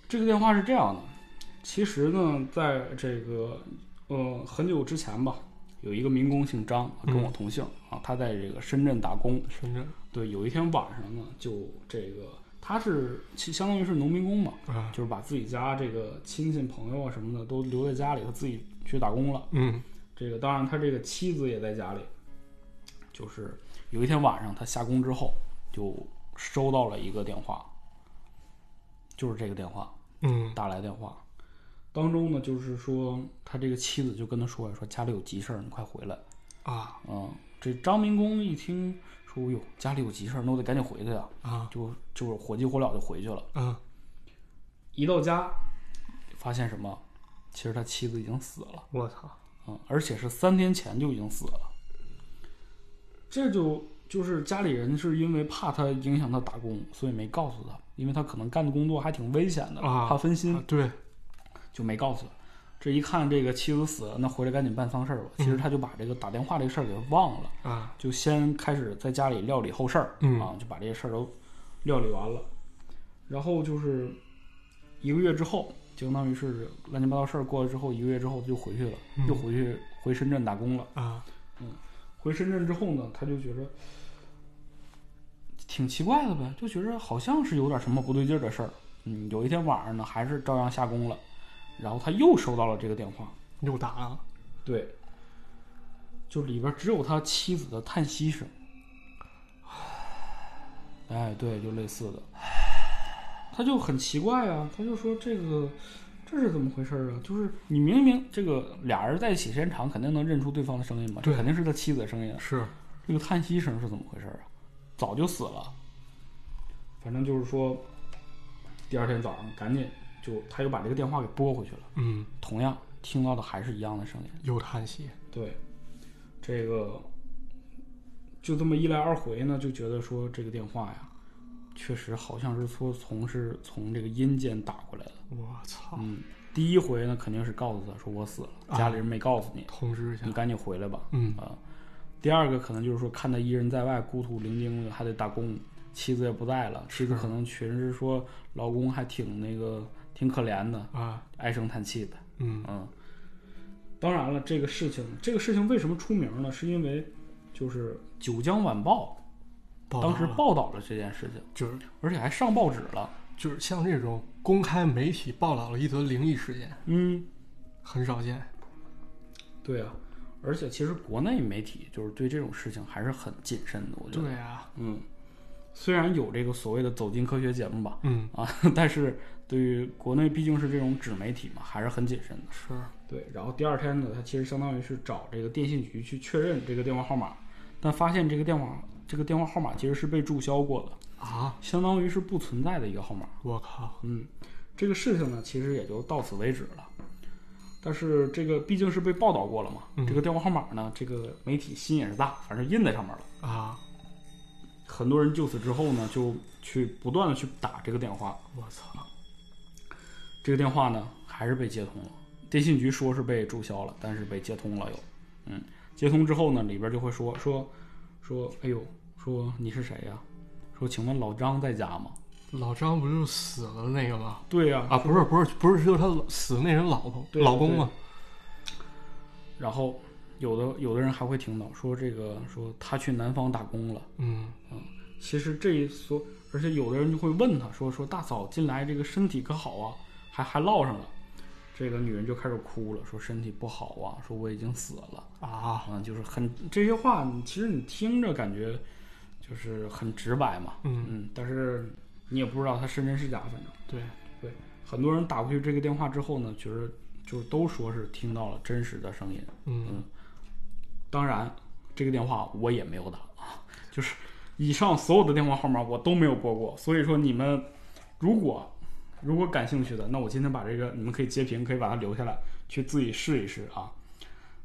S2: 这个电话是这样的，其实呢，在这个呃很久之前吧，有一个民工姓张，跟我
S3: 嗯
S2: 同姓、啊，他在这个深圳打工。
S3: 深圳
S2: 对，有一天晚上呢，就这个他是其相当于是农民工嘛，
S3: 啊，
S2: 就是把自己家这个亲戚朋友啊什么的都留在家里，他自己去打工了。
S3: 嗯
S2: 这个当然他这个妻子也在家里，就是有一天晚上他下工之后就收到了一个电话，就是这个电话
S3: 嗯
S2: 打来电话，当中呢就是说他这个妻子就跟他说呀说家里有急事儿，你快回来。
S3: 啊
S2: 嗯，这张民工一听说哟家里有急事儿，那我得赶紧回去呀，
S3: 啊
S2: 就就是火急火燎就回去了。
S3: 啊
S2: 一到家，发现什么？其实他妻子已经死了。
S3: 我操，
S2: 嗯，而且是三天前就已经死了。这就就是家里人是因为怕他影响他打工，所以没告诉他，因为他可能干的工作还挺危险的，
S3: 啊
S2: 怕分心，
S3: 啊对，
S2: 就没告诉他。这一看这个妻子死了，那回来赶紧办丧事儿吧。其实他就把这个打电话这个事儿给忘了，
S3: 啊
S2: 就先开始在家里料理后事儿、
S3: 嗯
S2: 啊，就把这些事儿都料理完了。然后就是一个月之后，就相当于是乱七八糟事儿过了之后，一个月之后他就回去了，
S3: 嗯
S2: 又回去回深圳打工了。
S3: 啊
S2: 回深圳之后呢，他就觉着挺奇怪的呗，就觉着好像是有点什么不对劲儿的事儿。嗯，有一天晚上呢，还是照样下工了，然后他又收到了这个电话，
S3: 又打了，
S2: 对，就里边只有他妻子的叹息声。哎，对，就类似的，他就很奇怪啊，他就说这个这是怎么回事儿啊？就是你明明这个俩人在一起时间长，肯定能认出对方的声音嘛，这
S3: 对
S2: 肯定是他妻子的声音啊。
S3: 是
S2: 这个叹息声是怎么回事啊？早就死了。反正就是说，第二天早上赶紧就他又把这个电话给拨回去了，
S3: 嗯，
S2: 同样听到的还是一样的声音。
S3: 又叹息，
S2: 对，这个就这么一来二回呢，就觉得说这个电话呀，确实好像是说从是从这个阴间打过来的。
S3: 我操，
S2: 嗯，第一回呢肯定是告诉他说我死了，
S3: 啊
S2: 家里人没告诉你，
S3: 通知一下
S2: 你，赶紧回来吧。
S3: 嗯
S2: 啊、第二个可能就是说，看他一人在外孤苦伶仃的，还得打工，妻子也不在了，妻子可能确实说老公还挺那个挺可怜的，
S3: 啊
S2: 唉声叹气的，
S3: 嗯
S2: 嗯。当然了，这个事情，这个事情为什么出名呢？是因为就是《九江晚报》
S3: 报
S2: 当时
S3: 道了
S2: 报道了这件事情，
S3: 就是
S2: 而且还上报纸了。
S3: 就是像这种公开媒体报道了一则灵异事件，
S2: 嗯，
S3: 很少见。
S2: 对啊。而且其实国内媒体就是对这种事情还是很谨慎的，我觉得。
S3: 对啊，
S2: 嗯，虽然有这个所谓的“走进科学”节目吧，
S3: 嗯，
S2: 啊， 但是对于国内毕竟是这种纸媒体嘛，还是很谨慎的。
S3: 是
S2: 对，然后第二天呢，他其实相当于是找这个电信局去确认这个电话号码，但发现这个电话这个电话号码其实是被注销过的，
S3: 啊，
S2: 相当于是不存在的一个号码。
S3: 我靠，
S2: 嗯，这个事情呢，其实也就到此为止了。但是这个毕竟是被报道过了嘛，
S3: 嗯
S2: 这个电话号码呢，这个媒体心也是大，反正印在上面了。
S3: 啊，
S2: 很多人就此之后呢，就去不断的去打这个电话，
S3: 我操，
S2: 这个电话呢还是被接通了。电信局说是被注销了，但是被接通了又。嗯，接通之后呢，里边就会说说说，哎呦，说你是谁呀、说请问老张在家吗？
S3: 老张不就死了那个吗？
S2: 对呀、
S3: 啊，不是不是不是，就是他死那人老婆
S2: 对
S3: 老公吗？
S2: 然后有的有的人还会听到说这个说他去南方打工了。
S3: 嗯
S2: 其实这一所，而且有的人就会问他说说大嫂近来这个身体可好啊，还还落上了。这个女人就开始哭了，说身体不好啊，说我已经死了
S3: 啊，
S2: 啊，就是很这些话，你其实你听着感觉就是很直白嘛，
S3: 嗯，
S2: 嗯，但是你也不知道他是真是假，反正
S3: 对，
S2: 很多人打过去这个电话之后呢，觉得就是都说是听到了真实的声音。
S3: 嗯
S2: 当然，这个电话我也没有打 啊，就是以上所有的电话号码我都没有拨过。所以说你们如果如果感兴趣的，那我今天把这个你们可以截屏，可以把它留下来，去自己试一试啊。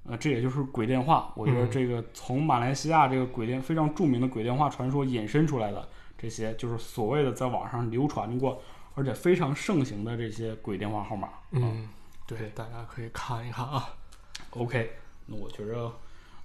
S2: 呃，这也就是鬼电话，我觉得
S3: 嗯
S2: 这个从马来西亚这个鬼电非常著名的鬼电话传说引申出来的这些，就是所谓的在网上流传过而且非常盛行的这些鬼电话号码。
S3: 嗯，对，大家可以看一看啊，
S2: OK，那我觉着，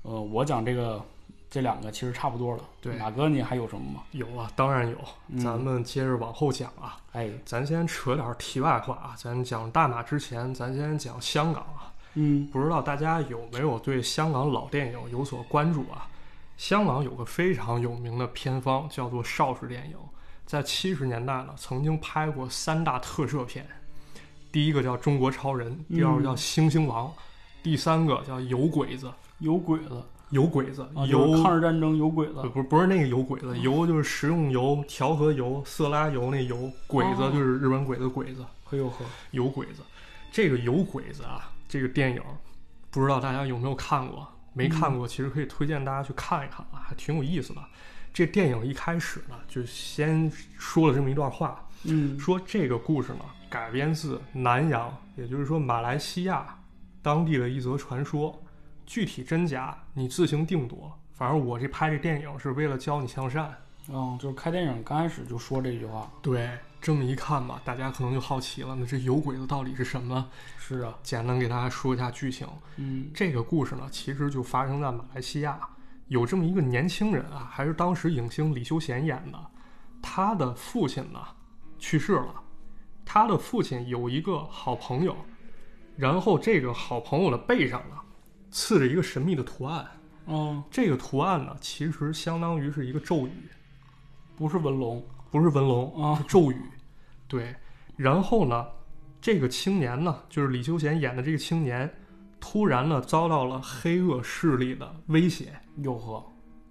S2: 呃，我讲这个这两个其实差不多了。
S3: 对
S2: 马哥，你还有什么吗？
S3: 有啊，当然有，咱们接着往后讲啊，
S2: 哎，
S3: 咱先扯点题外话啊，咱讲大马之前，咱先讲香港啊，
S2: 嗯
S3: 不知道大家有没有对香港老电影有所关注啊？香港有个非常有名的片方叫做邵氏电影，在七十年代呢，曾经拍过三大特摄片，第一个叫《中国超人》，第二个叫《猩猩王》，第三个叫《有鬼子》。
S2: 有鬼子
S3: 有鬼子，
S2: 啊，
S3: 有
S2: 就是抗日战嗯争有鬼子
S3: 不，不不是那个有鬼子，油就是食用油、调和油、色拉油那油，鬼子
S2: 哦
S3: 就是日本鬼子鬼子。
S2: 嘿呦呵，
S3: 有鬼子，这个有鬼子啊，这个电影不知道大家有没有看过？
S2: 嗯
S3: 没看过，其实可以推荐大家去看一看啊，还挺有意思的。这电影一开始呢，就先说了这么一段话，
S2: 嗯
S3: 说这个故事呢改编自南洋，也就是说马来西亚当地的一则传说，具体真假你自行定夺。反正我这拍这电影是为了教你向善。
S2: 啊，就是开电影刚开始就说这句话。
S3: 对，这么一看吧，大家可能就好奇了，那这有鬼子到底是什么？
S2: 是啊，
S3: 简单给大家说一下剧情。
S2: 嗯
S3: 这个故事呢，其实就发生在马来西亚，有这么一个年轻人啊，还是当时影星李修贤演的，他的父亲呢去世了，他的父亲有一个好朋友，然后这个好朋友的背上呢刺着一个神秘的图案，
S2: 哦，
S3: 这个图案呢其实相当于是一个咒语，
S2: 不是文龙
S3: 不是文龙，
S2: 啊，
S3: 咒语，对。然后呢，这个青年呢，就是李修贤演的这个青年，突然呢遭到了黑恶势力的威胁，
S2: 呦呵，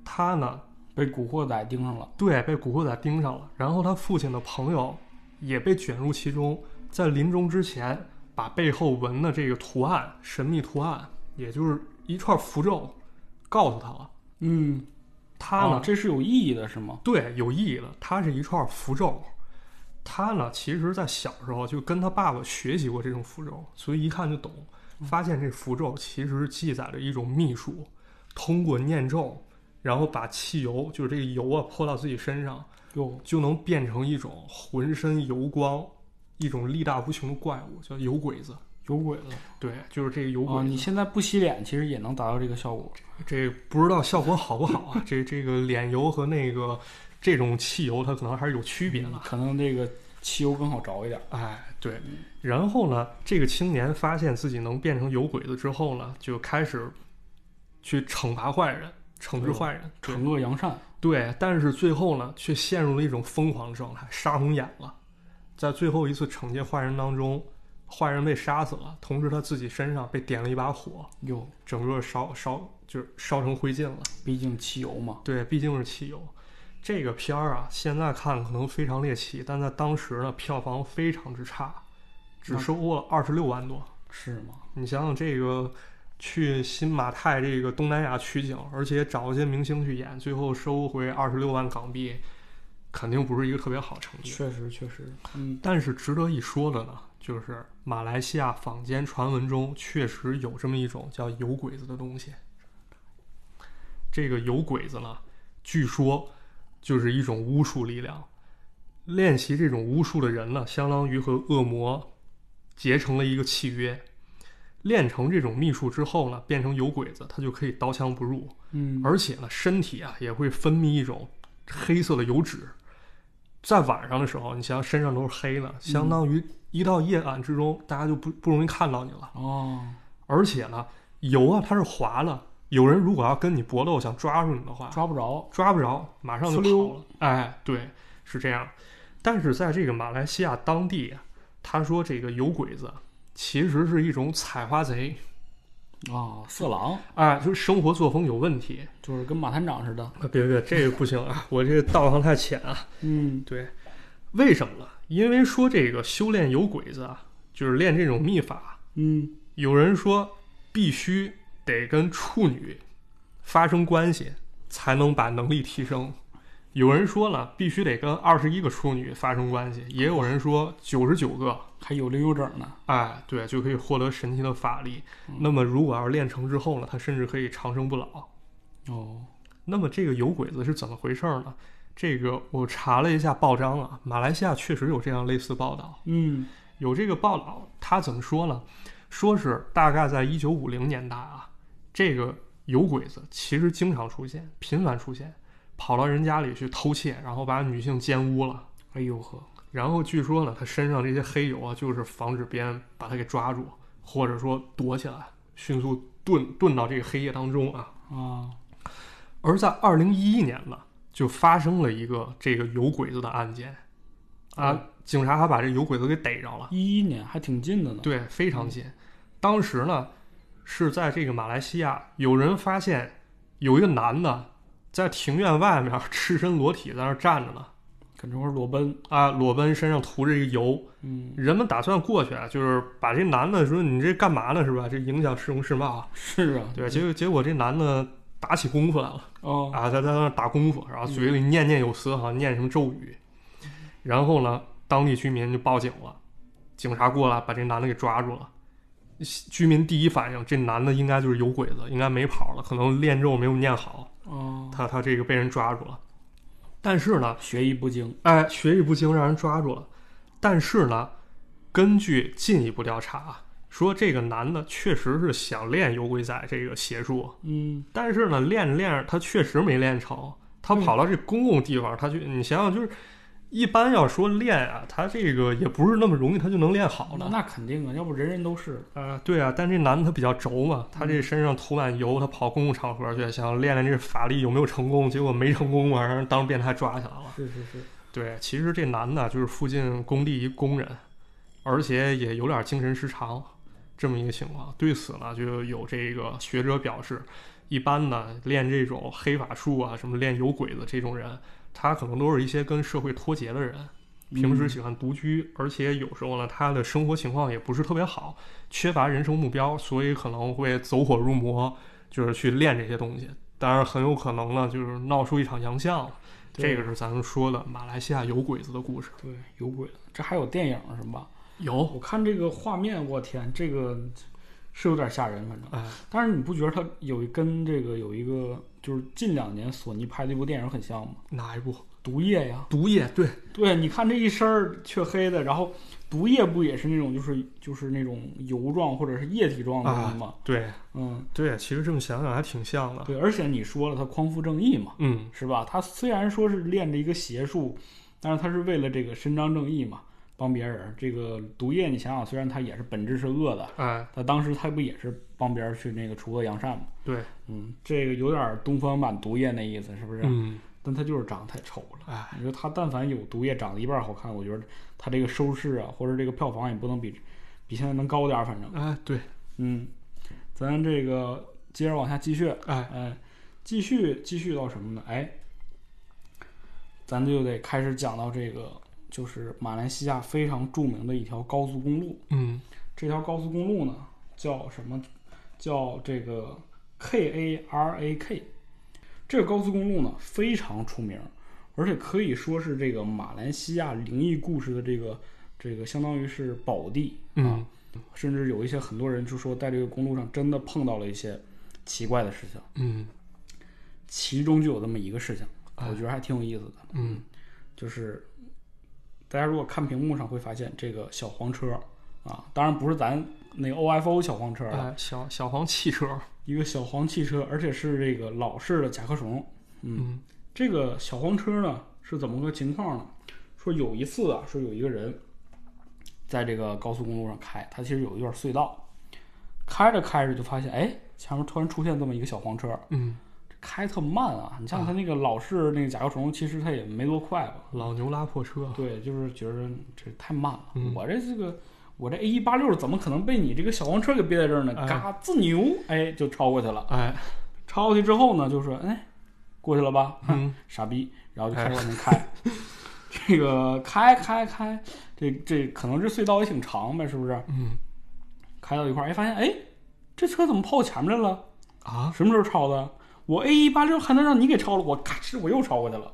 S3: 他呢
S2: 被古惑仔盯上了。
S3: 对被古惑仔盯上了，然后他父亲的朋友也被卷入其中，在临终之前把背后纹的这个图案，神秘图案，也就是一串符咒，告诉他了。
S2: 嗯，
S3: 他呢，
S2: 啊这是有意义的，是吗？
S3: 对，有意义了。它是一串符咒，他呢，其实在小时候就跟他爸爸学习过这种符咒，所以一看就懂。发现这符咒其实记载着一种秘术，通过念咒，然后把汽油，就是这个油啊，泼到自己身上，
S2: 哟，
S3: 就能变成一种浑身油啊光、一种力大无穷的怪物，叫油鬼子。
S2: 有鬼子
S3: 对，就是这个油
S2: 啊！
S3: 鬼
S2: 你
S3: 子。
S2: 现在不洗脸，其实也能达到这个效果。
S3: 这啊不知道效果好不好啊？这这个脸油和那个这种汽油，它可能还是有区别的。
S2: 可能这个汽油更好着一点。
S3: 哎，对。然后呢，这个青年发现自己能变成有鬼子之后呢，就开始去惩罚坏人，惩治坏人。对
S2: 惩恶扬善，
S3: 对，但是最后呢，却陷入了一种疯狂的状态，杀红眼了。在最后一次惩戒坏人当中，坏人被杀死了，同时他自己身上被点了一把火，
S2: 哟，
S3: 整个烧烧就是烧成灰烬了。
S2: 毕竟汽油嘛，
S3: 对，毕竟是汽油。这个片儿啊，现在看可能非常猎奇，但在当时呢，票房非常之差，只
S2: 那
S3: 收获了二十六万多。
S2: 是吗？
S3: 你想想，这个去新马泰这个东南亚取景，而且找一些明星去演，最后收回二十六万港币，肯定不是一个特别好成绩。
S2: 确实，确实，嗯，
S3: 但是值得一说的呢，就是马来西亚坊间传闻中确实有这么一种叫“有鬼子”的东西。这个“有鬼子”呢，据说就是一种巫术力量。练习这种巫术的人呢，相当于和恶魔结成了一个契约。练成这种秘术之后呢，变成有鬼子，他就可以刀枪不入。
S2: 嗯，
S3: 而且呢，身体啊也会分泌一种黑色的油脂，在晚上的时候，你想想身上都是黑的，相当于一到夜晚之中，大家就不不容易看到你了。
S2: 哦，
S3: 而且呢，油啊它是滑的，有人如果要跟你搏斗，想抓住你的话，
S2: 抓不着。
S3: 抓不着，马上就
S2: 呲溜
S3: 跑了。哎，对，是这样。但是在这个马来西亚当地啊，他说这个有鬼子其实是一种采花贼，
S2: 啊，色狼
S3: 哎，就是生活作风有问题。
S2: 就是跟马探长似的。
S3: 啊别别，这个不行啊，我这个道行太浅啊。
S2: 嗯
S3: 对，为什么呢？因为说这个修炼有鬼子啊，就是练这种秘法，
S2: 嗯，
S3: 有人说必须得跟处女发生关系才能把能力提升，有人说了必须得跟二十一个处女发生关系，也有人说九十九个，
S2: 还有溜有整呢。
S3: 哎，对，就可以获得神奇的法力。那么如果要是练成之后呢，他甚至可以长生不老。
S2: 哦，
S3: 那么这个有鬼子是怎么回事呢？这个我查了一下报章啊，马来西亚确实有这样类似报道。
S2: 嗯
S3: 有这个报道，他怎么说呢？说是大概在一九五零年代啊，这个有鬼子其实经常出现，频繁出现，跑到人家里去偷窃，然后把女性奸污了。
S2: 哎呦呵，
S3: 然后据说呢，他身上这些黑油啊，就是防止别人把他给抓住，或者说躲起来，迅速遁遁到这个黑夜当中啊。
S2: 啊，
S3: 而在二零一一年呢，就发生了一个这个有鬼子的案件，啊
S2: 嗯，
S3: 警察还把这有鬼子给逮着了。
S2: 一一年还挺近的呢。
S3: 对，非常近。当时呢，是在这个马来西亚，有人发现有一个男的在庭院外面赤身裸体在那儿站着呢，
S2: 肯定是裸奔。
S3: 啊，裸奔，身上涂着一个油。
S2: 嗯，
S3: 人们打算过去，啊，就是把这男的说你这干嘛呢，是吧？这影响市容市貌啊。
S2: 是啊，
S3: 对，结果结果这男的打起功夫来了
S2: 哦，
S3: 啊，在在那儿打功夫，然后嘴里念念有词，好像念什么咒语。然后呢，当地居民就报警了，警察过来把这男的给抓住了。居民第一反应，这男的应该就是有鬼子，应该没跑了，可能念咒没有念好，
S2: 哦，
S3: 他他这个被人抓住了。但是呢，
S2: 学艺不精。
S3: 哎，学艺不精让人抓住了。但是呢，根据进一步调查，说这个男的确实是想练有鬼仔这个邪术，
S2: 嗯，
S3: 但是呢，练着练着他确实没练成，他跑到这公共地方，他去，你想想就是。一般要说练啊，他这个也不是那么容易，他就能练好的
S2: 那。那肯定啊，要不人人都是。
S3: 啊，对啊，但这男的他比较轴嘛，他这身上涂满油，他跑公共场合去，想练练这法力有没有成功，结果没成功嘛，让人当时变态抓起来了。
S2: 是是是，
S3: 对，其实这男的就是附近工地一工人，而且也有点精神失常，这么一个情况。对此呢，就有这个学者表示，一般呢练这种黑法术啊，什么练有鬼子这种人，他可能都是一些跟社会脱节的人，平时喜欢独居，而且有时候呢，他的生活情况也不是特别好，缺乏人生目标，所以可能会走火入魔，就是去练这些东西。当然，很有可能呢，就是闹出一场洋相了。
S2: 对
S3: 这个是咱们说的马来西亚有鬼子的故事。
S2: 对有鬼了。这还有电影是吧？
S3: 有，
S2: 我看这个画面，我天，这个是有点吓人，反正。
S3: 哎，
S2: 但是你不觉得它有一跟这个有一个就是近两年索尼拍的一部电影很像吗？
S3: 哪一部？
S2: 毒液呀，
S3: 毒液，对，
S2: 对，啊你看这一身儿雀黑的，然后毒液不也是那种就是就是那种油状或者是液体状的东西吗？
S3: 对，
S2: 嗯，
S3: 对，其实这么想想还挺像的。
S2: 对，而且你说了他匡扶正义嘛，
S3: 嗯，
S2: 是吧？他虽然说是练着一个邪术，但是他是为了这个伸张正义嘛，帮别人。这个毒液，你想想，虽然他也是本质是恶的，
S3: 哎，
S2: 他当时他不也是帮别人去那个除恶扬善嘛？
S3: 对，
S2: 嗯，这个有点儿东方版毒液那意思，是不是？
S3: 嗯，
S2: 但他就是长得太丑了。
S3: 哎，
S2: 你说他但凡有毒液长得一半儿好看，我觉得他这个收视啊，或者这个票房也不能比比现在能高点儿，反正
S3: 哎，对，
S2: 嗯，咱这个接着往下继续，
S3: 哎，
S2: 哎，继续继续到什么呢？哎，咱就得开始讲到这个，就是马来西亚非常著名的一条高速公路。
S3: 嗯，
S2: 这条高速公路呢，叫什么？叫这个 K A R A K。这个高速公路呢非常出名，而且可以说是这个马来西亚灵异故事的这个这个相当于是宝地啊
S3: 嗯，，
S2: 甚至有一些很多人就说在这个公路上真的碰到了一些奇怪的事情。
S3: 嗯，
S2: 其中就有这么一个事情，
S3: 哎
S2: 我觉得还挺有意思的，
S3: 嗯，
S2: 就是大家如果看屏幕上会发现这个小黄车啊，当然不是咱那个 OFO 小黄车了，
S3: 哎，小小黄汽车，
S2: 一个小黄汽车，而且是这个老式的甲壳虫。
S3: 嗯，
S2: 这个小黄车呢是怎么个情况呢？说有一次啊，说有一个人在这个高速公路上开，他其实有一段隧道，开着开着就发现，哎，前面突然出现这么一个小黄车，
S3: 嗯，
S2: 开特慢啊！你像它那个老式那个甲壳虫，其实它也没多快吧？
S3: 老牛拉破车，
S2: 对，就是觉得这太慢了。
S3: 嗯
S2: 我这这个，我这 A 一八六怎么可能被你这个小黄车给憋在这儿呢？
S3: 哎
S2: 嘎，自牛，哎，就超过去了。
S3: 哎，
S2: 超过去之后呢，就说，哎，过去了吧？
S3: 嗯，哎
S2: 傻逼，然后就开始往前开。 这个开开开，这这可能这隧道也挺长呗，是不是？
S3: 嗯
S2: 开到一块儿，哎，发现哎，这车怎么跑我前面来了？
S3: 啊，
S2: 什么时候超的？我 A 一八六还能让你给超了，我咔哧我又超过去了，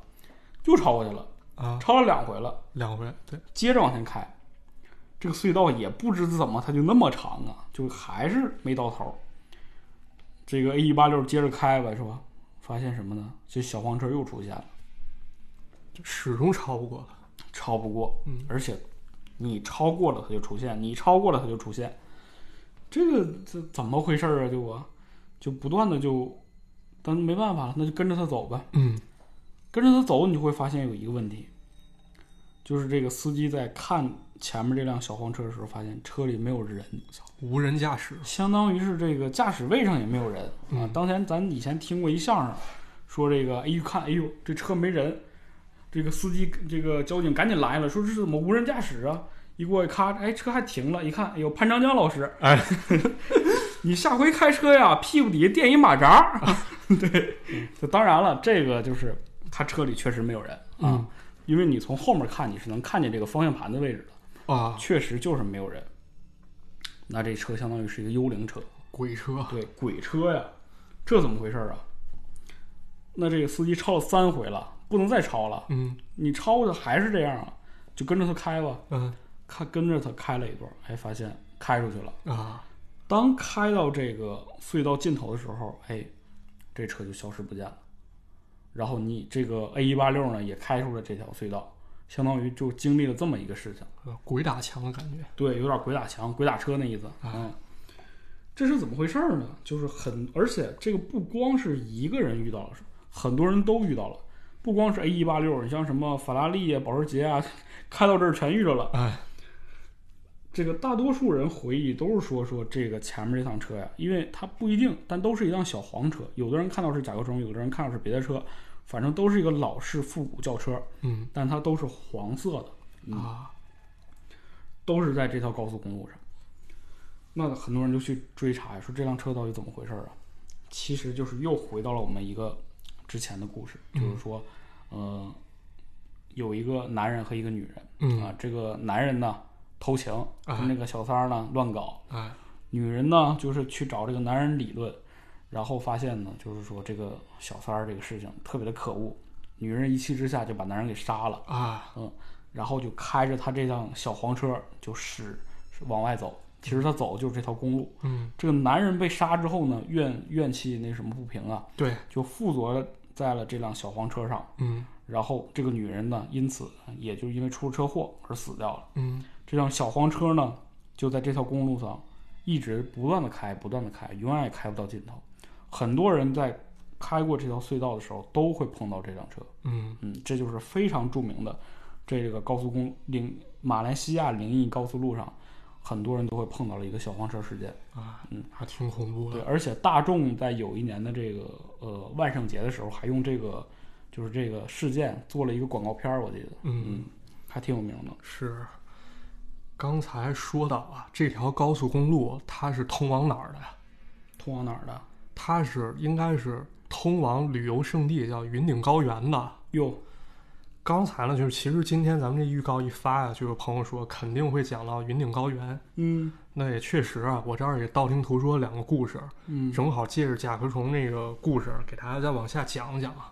S2: 又超过去了，
S3: 啊，
S2: 超了两回了，
S3: 两回，对，
S2: 接着往前开，这个隧道也不知怎么它就那么长啊，就还是没到头儿。这个 A 一八六接着开吧，是吧？发现什么呢？这小黄车又出现了，
S3: 就始终超不过了。
S2: 超不过，
S3: 嗯
S2: 而且你超过了它就出现，你超过了它就出现，这个这怎么回事儿啊？就啊，就不断的就，但没办法了，那就跟着它走呗。
S3: 嗯
S2: 跟着他走，你就会发现有一个问题，就是这个司机在看前面这辆小黄车的时候，发现车里没有人，
S3: 无人驾驶，
S2: 相当于是这个驾驶位上也没有人啊
S3: 嗯。
S2: 当前咱以前听过一相声，说这个哎呦看哎呦这车没人，这个司机这个交警赶紧来了，说这是怎么无人驾驶啊？一过去咔，哎车还停了，一看哎呦潘长江老师，
S3: 哎，
S2: 你下回开车呀屁股底下垫一马扎儿，
S3: 嗯
S2: 对，就当然了，这个就是他车里确实没有人啊
S3: 嗯，
S2: 因为你从后面看你是能看见这个方向盘的位置的。
S3: 啊，
S2: 确实就是没有人。那这车相当于是一个幽灵车，
S3: 鬼车，
S2: 对，鬼车呀，这怎么回事儿啊？那这个司机超了三回了，不能再超了，
S3: 嗯
S2: 你超的还是这样啊，就跟着他开吧，
S3: 嗯
S2: 看跟着他开了一段，哎，发现开出去了。
S3: 啊，
S2: 当开到这个隧道尽头的时候，哎，这车就消失不见了。然后你这个 A 一八六呢，也开出了这条隧道，相当于就经历了这么一个事情。
S3: 呃鬼打墙的感觉，
S2: 对，有点鬼打墙、鬼打车那意思。嗯，这是怎么回事儿呢？就是很，而且这个不光是一个人遇到了，很多人都遇到了。不光是 A 一八六，你像什么法拉利啊、保时捷啊，开到这儿全遇着了。
S3: 哎，
S2: 这个大多数人回忆都是说说这个前面这趟车呀，因为它不一定，但都是一辆小黄车。有的人看到是甲壳虫，有的人看到是别的车，反正都是一个老式复古轿车，
S3: 嗯
S2: 但它都是黄色的。嗯
S3: 啊，
S2: 都是在这条高速公路上。那很多人就去追查，说这辆车到底怎么回事儿啊？其实就是又回到了我们一个之前的故事，
S3: 嗯
S2: 就是说，呃，有一个男人和一个女人，
S3: 嗯
S2: 啊，这个男人呢偷情，
S3: 哎
S2: 跟那个小三儿呢乱搞，
S3: 哎，
S2: 女人呢就是去找这个男人理论，然后发现呢，就是说这个小三儿这个事情特别的可恶，女人一气之下就把男人给杀了。
S3: 啊，
S2: 嗯，然后就开着他这辆小黄车就驶往外走。其实他走就是这条公路。
S3: 嗯，
S2: 这个男人被杀之后呢，怨怨气那什么不平啊，
S3: 对，
S2: 就附着在了这辆小黄车上。
S3: 嗯
S2: 然后这个女人呢，因此也就因为出了车祸而死掉了。
S3: 嗯
S2: 这辆小黄车呢，就在这条公路上一直不断的开，不断的开，永远也开不到尽头。很多人在开过这条隧道的时候，都会碰到这辆车。
S3: 嗯
S2: 嗯，这就是非常著名的这个高速公灵马来西亚灵异高速路上，很多人都会碰到了一个小黄车事件。
S3: 啊，还挺恐怖
S2: 嗯对，
S3: 的，嗯
S2: 而且大众在有一年的这个呃万圣节的时候，还用这个就是这个事件做了一个广告片儿，我记得，
S3: 嗯
S2: 嗯，还挺有名的。
S3: 是。刚才说到啊，这条高速公路它是通往哪儿的呀？
S2: 通往哪儿的？
S3: 它是应该是通往旅游胜地叫云顶高原的。
S2: 哟，
S3: 刚才呢，就是其实今天咱们这预告一发呀、就有朋友说肯定会讲到云顶高原。
S2: 嗯
S3: 那也确实啊，我这儿也道听途说两个故事，
S2: 嗯，
S3: 正好借着甲壳虫那个故事，给大家再往下讲讲啊。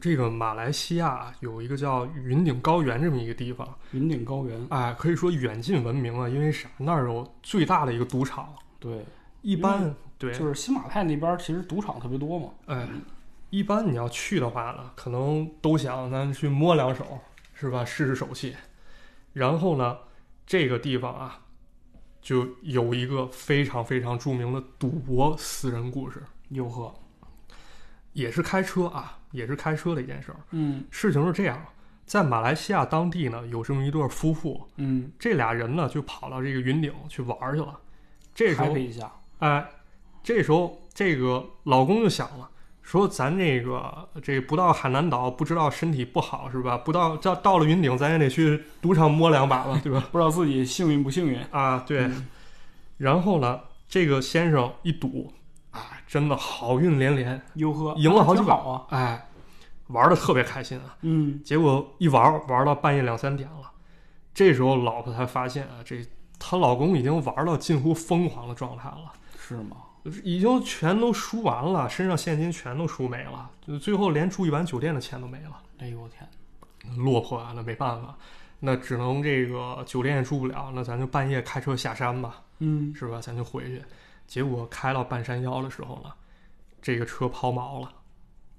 S3: 这个马来西亚啊有一个叫云顶高原这么一个地方，
S2: 云顶高原，
S3: 哎，可以说远近闻名啊，因为啥？那儿有最大的一个赌场，
S2: 对，
S3: 一般对，
S2: 就是新马泰那边儿其实赌场特别多嘛。
S3: 哎，一般你要去的话呢，可能都想咱去摸两手，是吧？试试手气。然后呢，这个地方啊，就有一个非常非常著名的赌博私人故事，
S2: 哟呵，
S3: 也是开车啊，也是开车的一件事儿。
S2: 嗯
S3: 事情是这样，在马来西亚当地呢，有这么一对夫妇，
S2: 嗯
S3: 这俩人呢就跑到这个云顶去玩儿去了。这时候
S2: happy 嗯一下，
S3: 哎，这时候这个老公就想了，说咱这个这不到海南岛，不知道身体不好是吧？不到到到了云顶，咱也得去赌场摸两把吧，对吧？
S2: 不知道自己幸运不幸运。
S3: 啊，对。
S2: 嗯
S3: 然后呢，这个先生一赌，啊，真的好运连连，
S2: 哟呵，
S3: 赢了好几
S2: 挺
S3: 把
S2: 好啊。
S3: 哎，玩的特别开心啊。
S2: 嗯，
S3: 结果一玩儿玩到半夜两三点了，这时候老婆才发现啊，这她老公已经玩到近乎疯狂的状态了。
S2: 是吗？
S3: 就是已经全都输完了，身上现金全都输没了，就最后连住一晚酒店的钱都没了，
S2: 哎呦我天，
S3: 落魄啊，那没办法，那只能这个酒店也住不了，那咱就半夜开车下山吧，
S2: 嗯，
S3: 是吧？咱就回去。结果开到半山腰的时候呢，这个车抛锚了。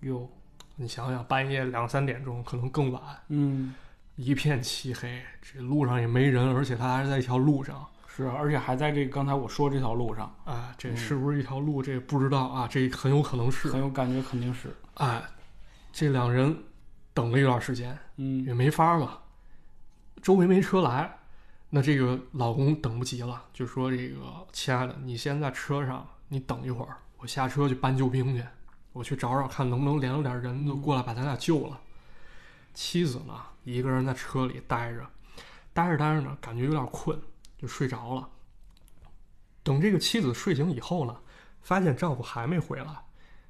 S2: 哟，
S3: 你想想，半夜两三点钟，可能更晚，
S2: 嗯，
S3: 一片漆黑，这路上也没人，而且它还是在一条路上。
S2: 是，啊而且还在这刚才我说这条路上，
S3: 啊，这
S2: 嗯
S3: 是不是一条路？这不知道啊，这很有可能是
S2: 很。有感觉，肯定是，
S3: 哎，这两人等了一段时间，也
S2: 嗯，
S3: 没法儿了，周围没车来，那这个老公等不及了，就说：“这个亲爱的，你先在车上，你等一会儿，我下车去搬救兵去，我去找找看能不能联络点人就过来把咱俩救了。妻子呢，一个人在车里待着，待着待着呢，感觉有点困，就睡着了。等这个妻子睡醒以后呢，发现丈夫还没回来，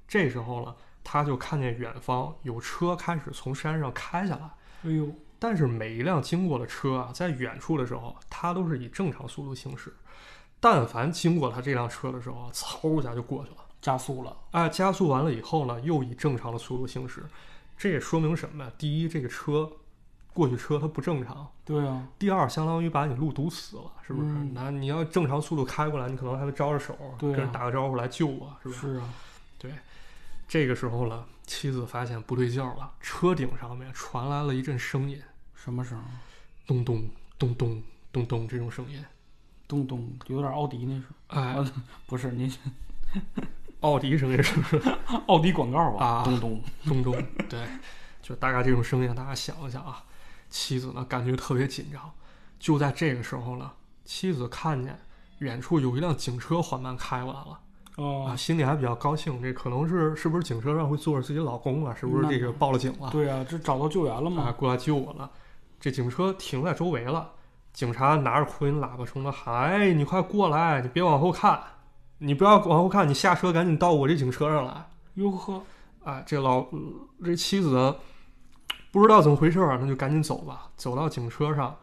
S3: 这时候呢，她就看见远方有车开始从山上开下来。
S2: 哎呦，
S3: 但是每一辆经过的车啊，在远处的时候，它都是以正常速度行驶。但凡经过他这辆车的时候啊，嗖一下就过去了。
S2: 加速了，
S3: 哎，加速完了以后呢，又以正常的速度行驶。这也说明什么呀？第一，这个车过去车它不正常；
S2: 对啊，
S3: 第二，相当于把你路堵死了，是不是？
S2: 嗯
S3: 那你要正常速度开过来，你可能还会招着手，
S2: 对啊
S3: 跟人打个招呼来救我，是吧？
S2: 是啊，
S3: 这个时候呢，妻子发现不对劲儿了，车顶上面传来了一阵声音，
S2: 什么声儿？啊
S3: 咚咚咚咚咚咚这种声音。
S2: 咚咚，有点奥迪那声儿，
S3: 哎
S2: 啊，不是您
S3: 奥迪声音是不 是？
S2: 奥迪广告
S3: 啊
S2: 吧？咚咚，
S3: 咚咚，对，就大概这种声音，大家想一想啊。妻子呢，感觉特别紧张。就在这个时候呢，妻子看见远处有一辆警车缓慢开过来了，啊，
S2: 哦，
S3: 心里还比较高兴。这可能是是不是警车上会坐着自己老公啊？是不是这个报了警了？
S2: 对啊，这找到救援了
S3: 啊，
S2: 吗？
S3: 过来救我了。这警车停在周围了，警察拿着扩音喇叭冲他喊：“哎，你快过来！你别往后看，你不要往后看，你下车赶紧到我这警车上来。”
S2: 哟呵，
S3: 啊，这老这妻子呢不知道怎么回事儿啊，那就赶紧走吧。走到警车上，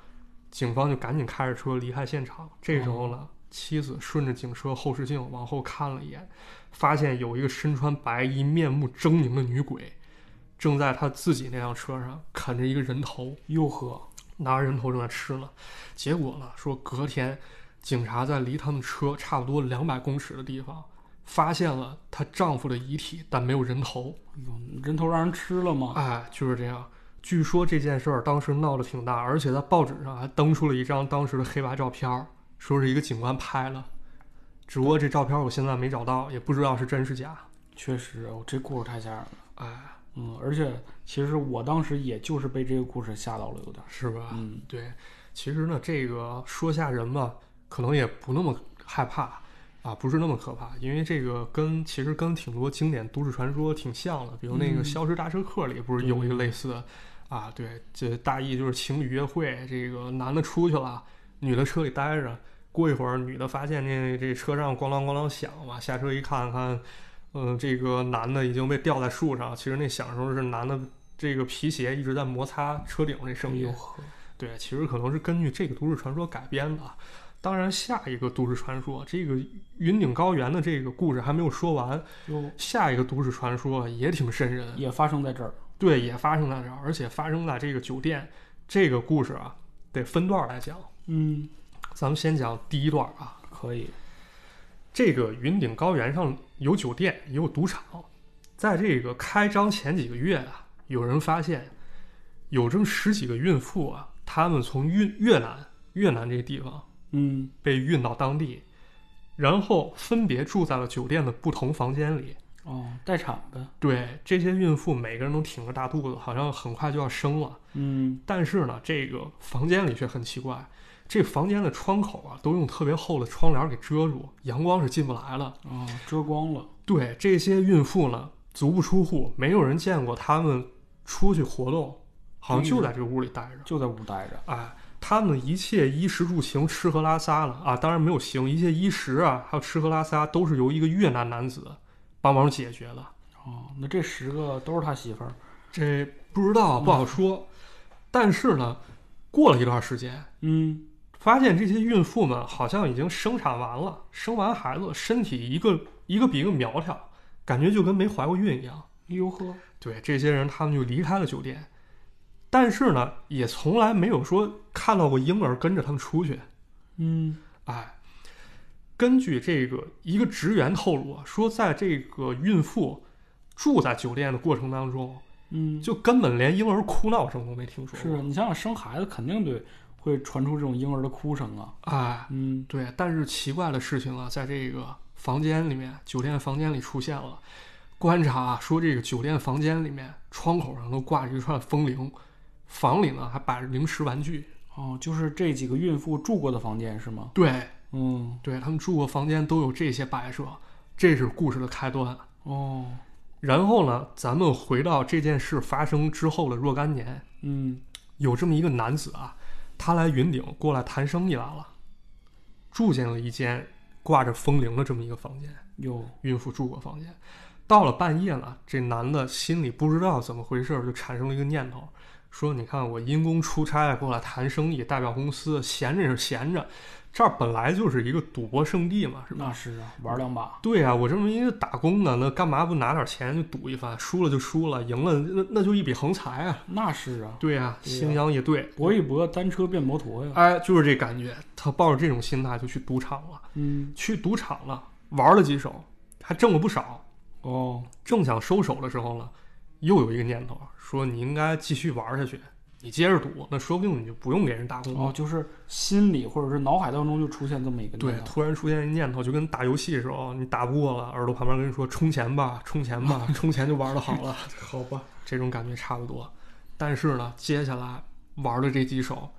S3: 警方就赶紧开着车离开现场。这时候呢，妻子顺着警车后视镜往后看了一眼，发现有一个身穿白衣、面目狰狞的女鬼，正在她自己那辆车上啃着一个人头，
S2: 哟呵，
S3: 拿着人头正在吃呢。结果呢，说隔天，警察在离他们车差不多两百公尺的地方。发现了她丈夫的遗体，但没有人头。
S2: 哎呦，人头让人吃了吗？
S3: 哎，就是这样。据说这件事儿当时闹得挺大，而且在报纸上还登出了一张当时的黑白照片儿，说是一个警官拍了。只不过这照片我现在没找到，也不知道是真是假。
S2: 确实，哦，这故事太吓人了。
S3: 哎，
S2: 嗯，而且其实我当时也就是被这个故事吓到了，有点儿。
S3: 是吧？
S2: 嗯，
S3: 对，其实呢，这个说吓人吧，可能也不那么害怕啊，不是那么可怕，因为这个跟其实跟挺多经典都市传说挺像的，比如那个《
S2: 嗯
S3: 消失大车客》里不是有一个类似的、啊？对，这大意就是情侣约会，这个男的出去了，女的车里待着，过一会儿女的发现这这车上咣啷咣啷响嘛，下车一看看。嗯，这个男的已经被吊在树上，其实那响声是男的这个皮鞋一直在摩擦车顶那声音。
S2: 哎呦呵
S3: 对，其实可能是根据这个都市传说改编的。啊。当然，下一个都市传说，这个云顶高原的这个故事还没有说完，
S2: 哟，
S3: 下一个都市传说也挺瘆人，
S2: 也发生在这儿。
S3: 对，也发生在这儿，而且发生在这个酒店。这个故事啊，得分段儿来讲。
S2: 嗯，
S3: 咱们先讲第一段啊，
S2: 可以。
S3: 这个云顶高原上有酒店，也有赌场。在这个开张前几个月啊，有人发现有这么十几个孕妇啊，她们从越越南越南这个地方
S2: 嗯，
S3: 被运到当地，然后分别住在了酒店的不同房间里。
S2: 哦，待产呗。
S3: 对，这些孕妇每个人都挺着大肚子，好像很快就要生了。
S2: 嗯，
S3: 但是呢，这个房间里却很奇怪，这房间的窗口啊，都用特别厚的窗帘给遮住，阳光是进不来了。
S2: 啊，遮光了，
S3: 对这些孕妇呢，足不出户，没有人见过她们出去活动，好像就在这屋里待着。
S2: 就在屋待着。
S3: 哎，他们一切衣食住行、吃喝拉撒了啊，当然没有行，一切衣食啊，还有吃喝拉撒都是由一个越南男子帮忙解决的。
S2: 哦，那这十个都是他媳妇儿。
S3: 这不知道不好说，但是呢，过了一段时间，
S2: 嗯，
S3: 发现这些孕妇们好像已经生产完了，生完孩子身体一个一个比一个苗条，感觉就跟没怀过孕一样。
S2: 哟呵，
S3: 对这些人，他们就离开了酒店，但是呢，也从来没有说看到过婴儿跟着他们出去。
S2: 嗯，
S3: 哎，根据这个一个职员透露啊，说在这个孕妇住在酒店的过程当中，
S2: 嗯，
S3: 就根本连婴儿哭闹声都没听说
S2: 是啊
S3: 过。
S2: 你想想，生孩子肯定对会传出这种婴儿的哭声啊。
S3: 哎，
S2: 嗯，
S3: 对，但是奇怪的事情啊，在这个房间里面，酒店房间里出现了。观察啊说，这个酒店房间里面窗口上都挂着一串风铃，房里呢还摆着零食玩具。
S2: 哦，就是这几个孕妇住过的房间是吗？
S3: 对，
S2: 嗯，
S3: 对他们住过房间都有这些摆设，这是故事的开端。啊
S2: 哦，
S3: 然后呢，咱们回到这件事发生之后的若干年，
S2: 嗯，
S3: 有这么一个男子啊，他来云顶过来谈生意来了，住进了一间挂着风铃的这么一个房间，
S2: 有，
S3: 孕妇住过房间。到了半夜了，这男的心里不知道怎么回事儿，就产生了一个念头，说：“你看我因公出差过来谈生意，代表公司，闲着是闲着，这儿本来就是一个赌博圣地嘛，是吧？
S2: 那是啊，玩两把。
S3: 对啊，我这么一个打工的，那干嘛不拿点钱就赌一番？输了就输了，赢了那那就一笔横财啊！
S2: 那是啊，
S3: 对啊，
S2: 对啊
S3: 心想也对，
S2: 搏一搏，单车变摩托呀。
S3: 哎，就是这感觉。他抱着这种心态就去赌场了，
S2: 嗯，
S3: 去赌场了，玩了几手，还挣了不少。
S2: 哦，
S3: 正想收手的时候呢，又有一个念头，说你应该继续玩下去，你接着赌，那说不定你就不用给人打工了。
S2: 哦，就是心里或者是脑海当中就出现这么一个
S3: 对
S2: 念，头
S3: 突然出现一念头，就跟打游戏的时候，你打不过了，耳朵旁边跟你说充钱吧，充钱吧，充钱就玩的好了。
S2: 好吧，
S3: 这种感觉差不多。但是呢，接下来玩的这几手，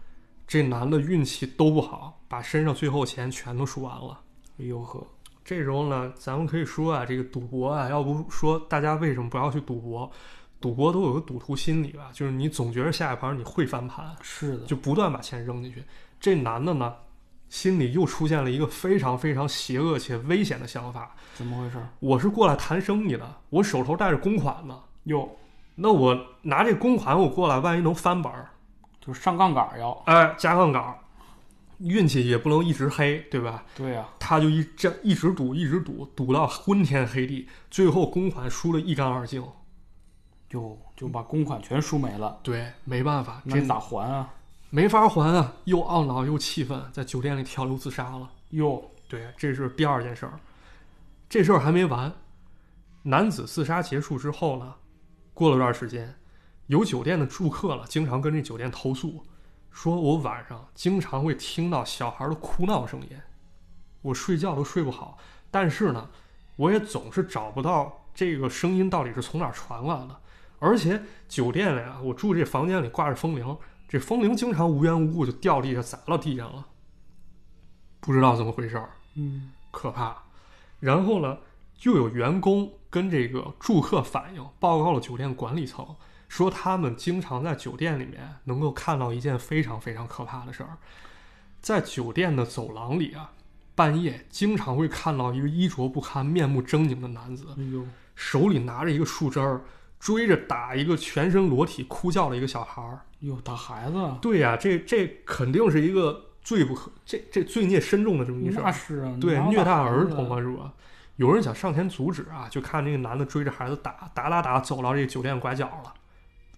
S3: 这男的运气都不好，把身上最后钱全都输完了。
S2: 哎呦呵，
S3: 这时候呢，咱们可以说啊，这个赌博啊，要不说大家为什么不要去赌博？赌博都有个赌徒心理吧，就是你总觉得下一盘你会翻盘，
S2: 是的，
S3: 就不断把钱扔进去。这男的呢，心里又出现了一个非常非常邪恶且危险的想法：
S2: 怎么回事？
S3: 我是过来谈生意的，我手头带着公款呢，
S2: 哟，
S3: 那我拿这公款我过来，万一能翻本儿，
S2: 就是上杠杆儿要。
S3: 哎，加杠杆儿，运气也不能一直黑，对吧？
S2: 对呀、
S3: 他就一这一直赌，一直赌，赌到昏天黑地，最后公款输了一干二净。
S2: 就就把公款全输没了，
S3: 对，没办法，
S2: 那
S3: 这
S2: 你咋还啊？
S3: 没法还啊，又懊恼又气愤，在酒店里跳楼自杀了。
S2: 哟，
S3: 对，这是第二件事儿。这事儿还没完，男子自杀结束之后呢，过了段时间，有酒店的住客了，经常跟这酒店投诉，说我晚上经常会听到小孩的哭闹声音，我睡觉都睡不好，但是呢，我也总是找不到这个声音到底是从哪儿传过来的，而且酒店里啊，我住这房间里挂着风铃，这风铃经常无缘无故就掉地下砸到地上了，不知道怎么回事儿。
S2: 嗯，
S3: 可怕。然后呢，就有员工跟这个住客反映，报告了酒店管理层，说他们经常在酒店里面能够看到一件非常非常可怕的事儿，在酒店的走廊里啊，半夜经常会看到一个衣着不堪、面目狰狞的男子，
S2: 哎呦，
S3: 手里拿着一个树枝儿，追着打一个全身裸体哭叫的一个小孩儿。
S2: 哟，打孩子啊，
S3: 对呀、这这肯定是一个罪不可这这罪孽深重的这么一事儿。
S2: 那是啊，
S3: 对，虐待儿童嘛，
S2: 啊，
S3: 是吧？有人想上前阻止啊，就看这个男的追着孩子打，打打打，走到这个酒店拐角了，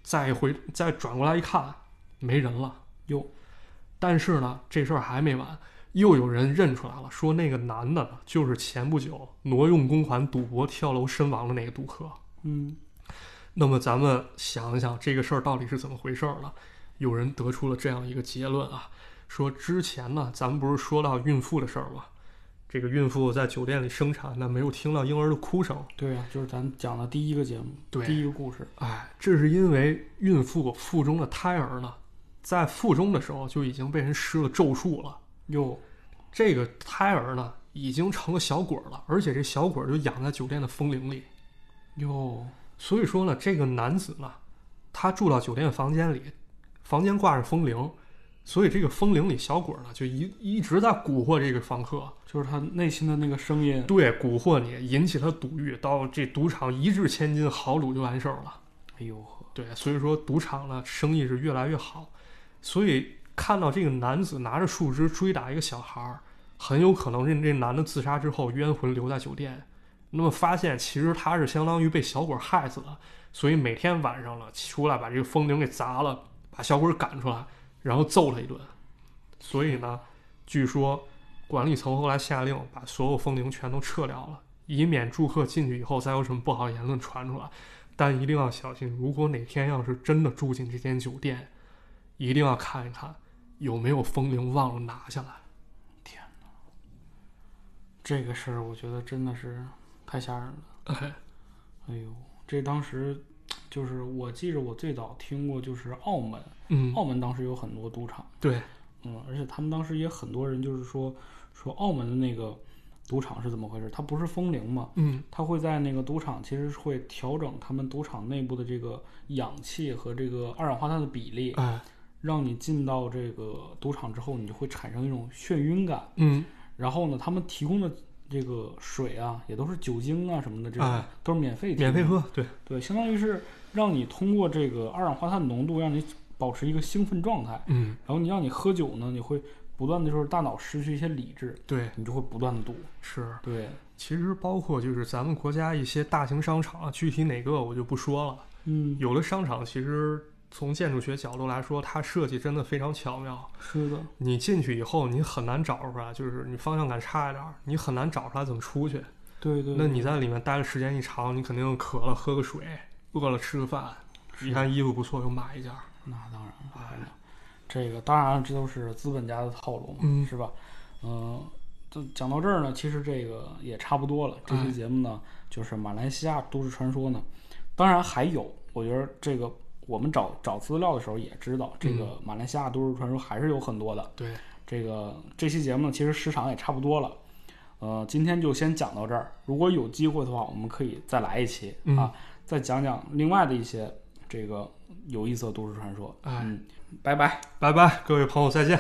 S3: 再回再转过来一看，没人了。
S2: 哟，
S3: 但是呢，这事儿还没完，又有人认出来了，说那个男的呢就是前不久挪用公款赌博跳楼身亡的那个赌客。
S2: 嗯，
S3: 那么咱们想一想这个事儿到底是怎么回事儿了？有人得出了这样一个结论啊，说之前呢，咱们不是说到孕妇的事儿吗？这个孕妇在酒店里生产，那没有听到婴儿的哭声。
S2: 对呀、就是咱讲的第一个节目，
S3: 对
S2: 第一个故事，
S3: 哎，这是因为孕妇腹中的胎儿呢在腹中的时候就已经被人施了咒术了。
S2: 哟，
S3: 这个胎儿呢，已经成了小鬼儿了，而且这小鬼儿就养在酒店的风铃里。
S2: 哟，
S3: 所以说呢，这个男子呢，他住到酒店房间里，房间挂着风铃，所以这个风铃里小鬼儿呢，就一一直在蛊惑这个房客，
S2: 就是他内心的那个声音，
S3: 对，蛊惑你，引起他赌欲，到这赌场一掷千金，豪赌就完事儿了。
S2: 哎呦，
S3: 对，所以说赌场呢生意是越来越好，所以看到这个男子拿着树枝追打一个小孩儿，很有可能是这男的自杀之后冤魂留在酒店，那么发现其实他是相当于被小鬼害死的，所以每天晚上了出来把这个风铃给砸了，把小鬼赶出来，然后揍他一顿。所以呢，据说管理层后来下令把所有风铃全都撤掉了，以免住客进去以后再有什么不好言论传出来。但一定要小心，如果哪天要是真的住进这间酒店，一定要看一看有没有风铃忘了拿下来。
S2: 这个事儿我觉得真的是太吓人了。
S3: 哎，
S2: 哎呦，这当时就是我记着我最早听过就是澳门，
S3: 嗯，
S2: 澳门当时有很多赌场，
S3: 对，
S2: 嗯，而且他们当时也很多人就是说说澳门的那个赌场是怎么回事？它不是风铃嘛，
S3: 嗯，
S2: 它会在那个赌场其实是会调整他们赌场内部的这个氧气和这个二氧化碳的比例，
S3: 哎，
S2: 让你进到这个赌场之后，你就会产生一种眩晕感。
S3: 嗯，
S2: 然后呢，他们提供的这个水啊，也都是酒精啊什么的，这种、
S3: 哎
S2: 都是免费提供
S3: 免
S2: 的
S3: 费。喝，对，
S2: 对，相当于是让你通过这个二氧化碳浓度，让你保持一个兴奋状态。
S3: 嗯，
S2: 然后你让你喝酒呢，你会不断的就是大脑失去一些理智，
S3: 对，
S2: 你就会不断的赌。
S3: 是。
S2: 对，
S3: 其实包括就是咱们国家一些大型商场，具体哪个我就不说了。
S2: 嗯，
S3: 有的商场其实从建筑学角度来说，它设计真的非常巧妙。
S2: 是的，
S3: 你进去以后，你很难找出来，就是你方向感差一点儿，你很难找出来怎么出去。
S2: 对对。
S3: 那
S2: 对
S3: 你在里面待的时间一长，你肯定渴了喝个水，饿了吃个饭，一看衣服不错就买一件儿。
S2: 那当然了，哎呀这个当然这都是资本家的套路嘛，
S3: 嗯
S2: 是吧？嗯、就讲到这儿呢，其实这个也差不多了。这
S3: 哎
S2: 期节目呢，就是马来西亚都市传说呢，当然还有，我觉得这个我们找找资料的时候也知道，这
S3: 嗯
S2: 个马来西亚都市传说还是有很多的。
S3: 对，
S2: 这个这期节目呢，其实时长也差不多了，呃，今天就先讲到这儿。如果有机会的话，我们可以再来一期、
S3: 嗯
S2: 啊，再讲讲另外的一些这个有意思的都市传说。
S3: 哎
S2: 嗯，拜拜。
S3: 拜拜，各位朋友，再见。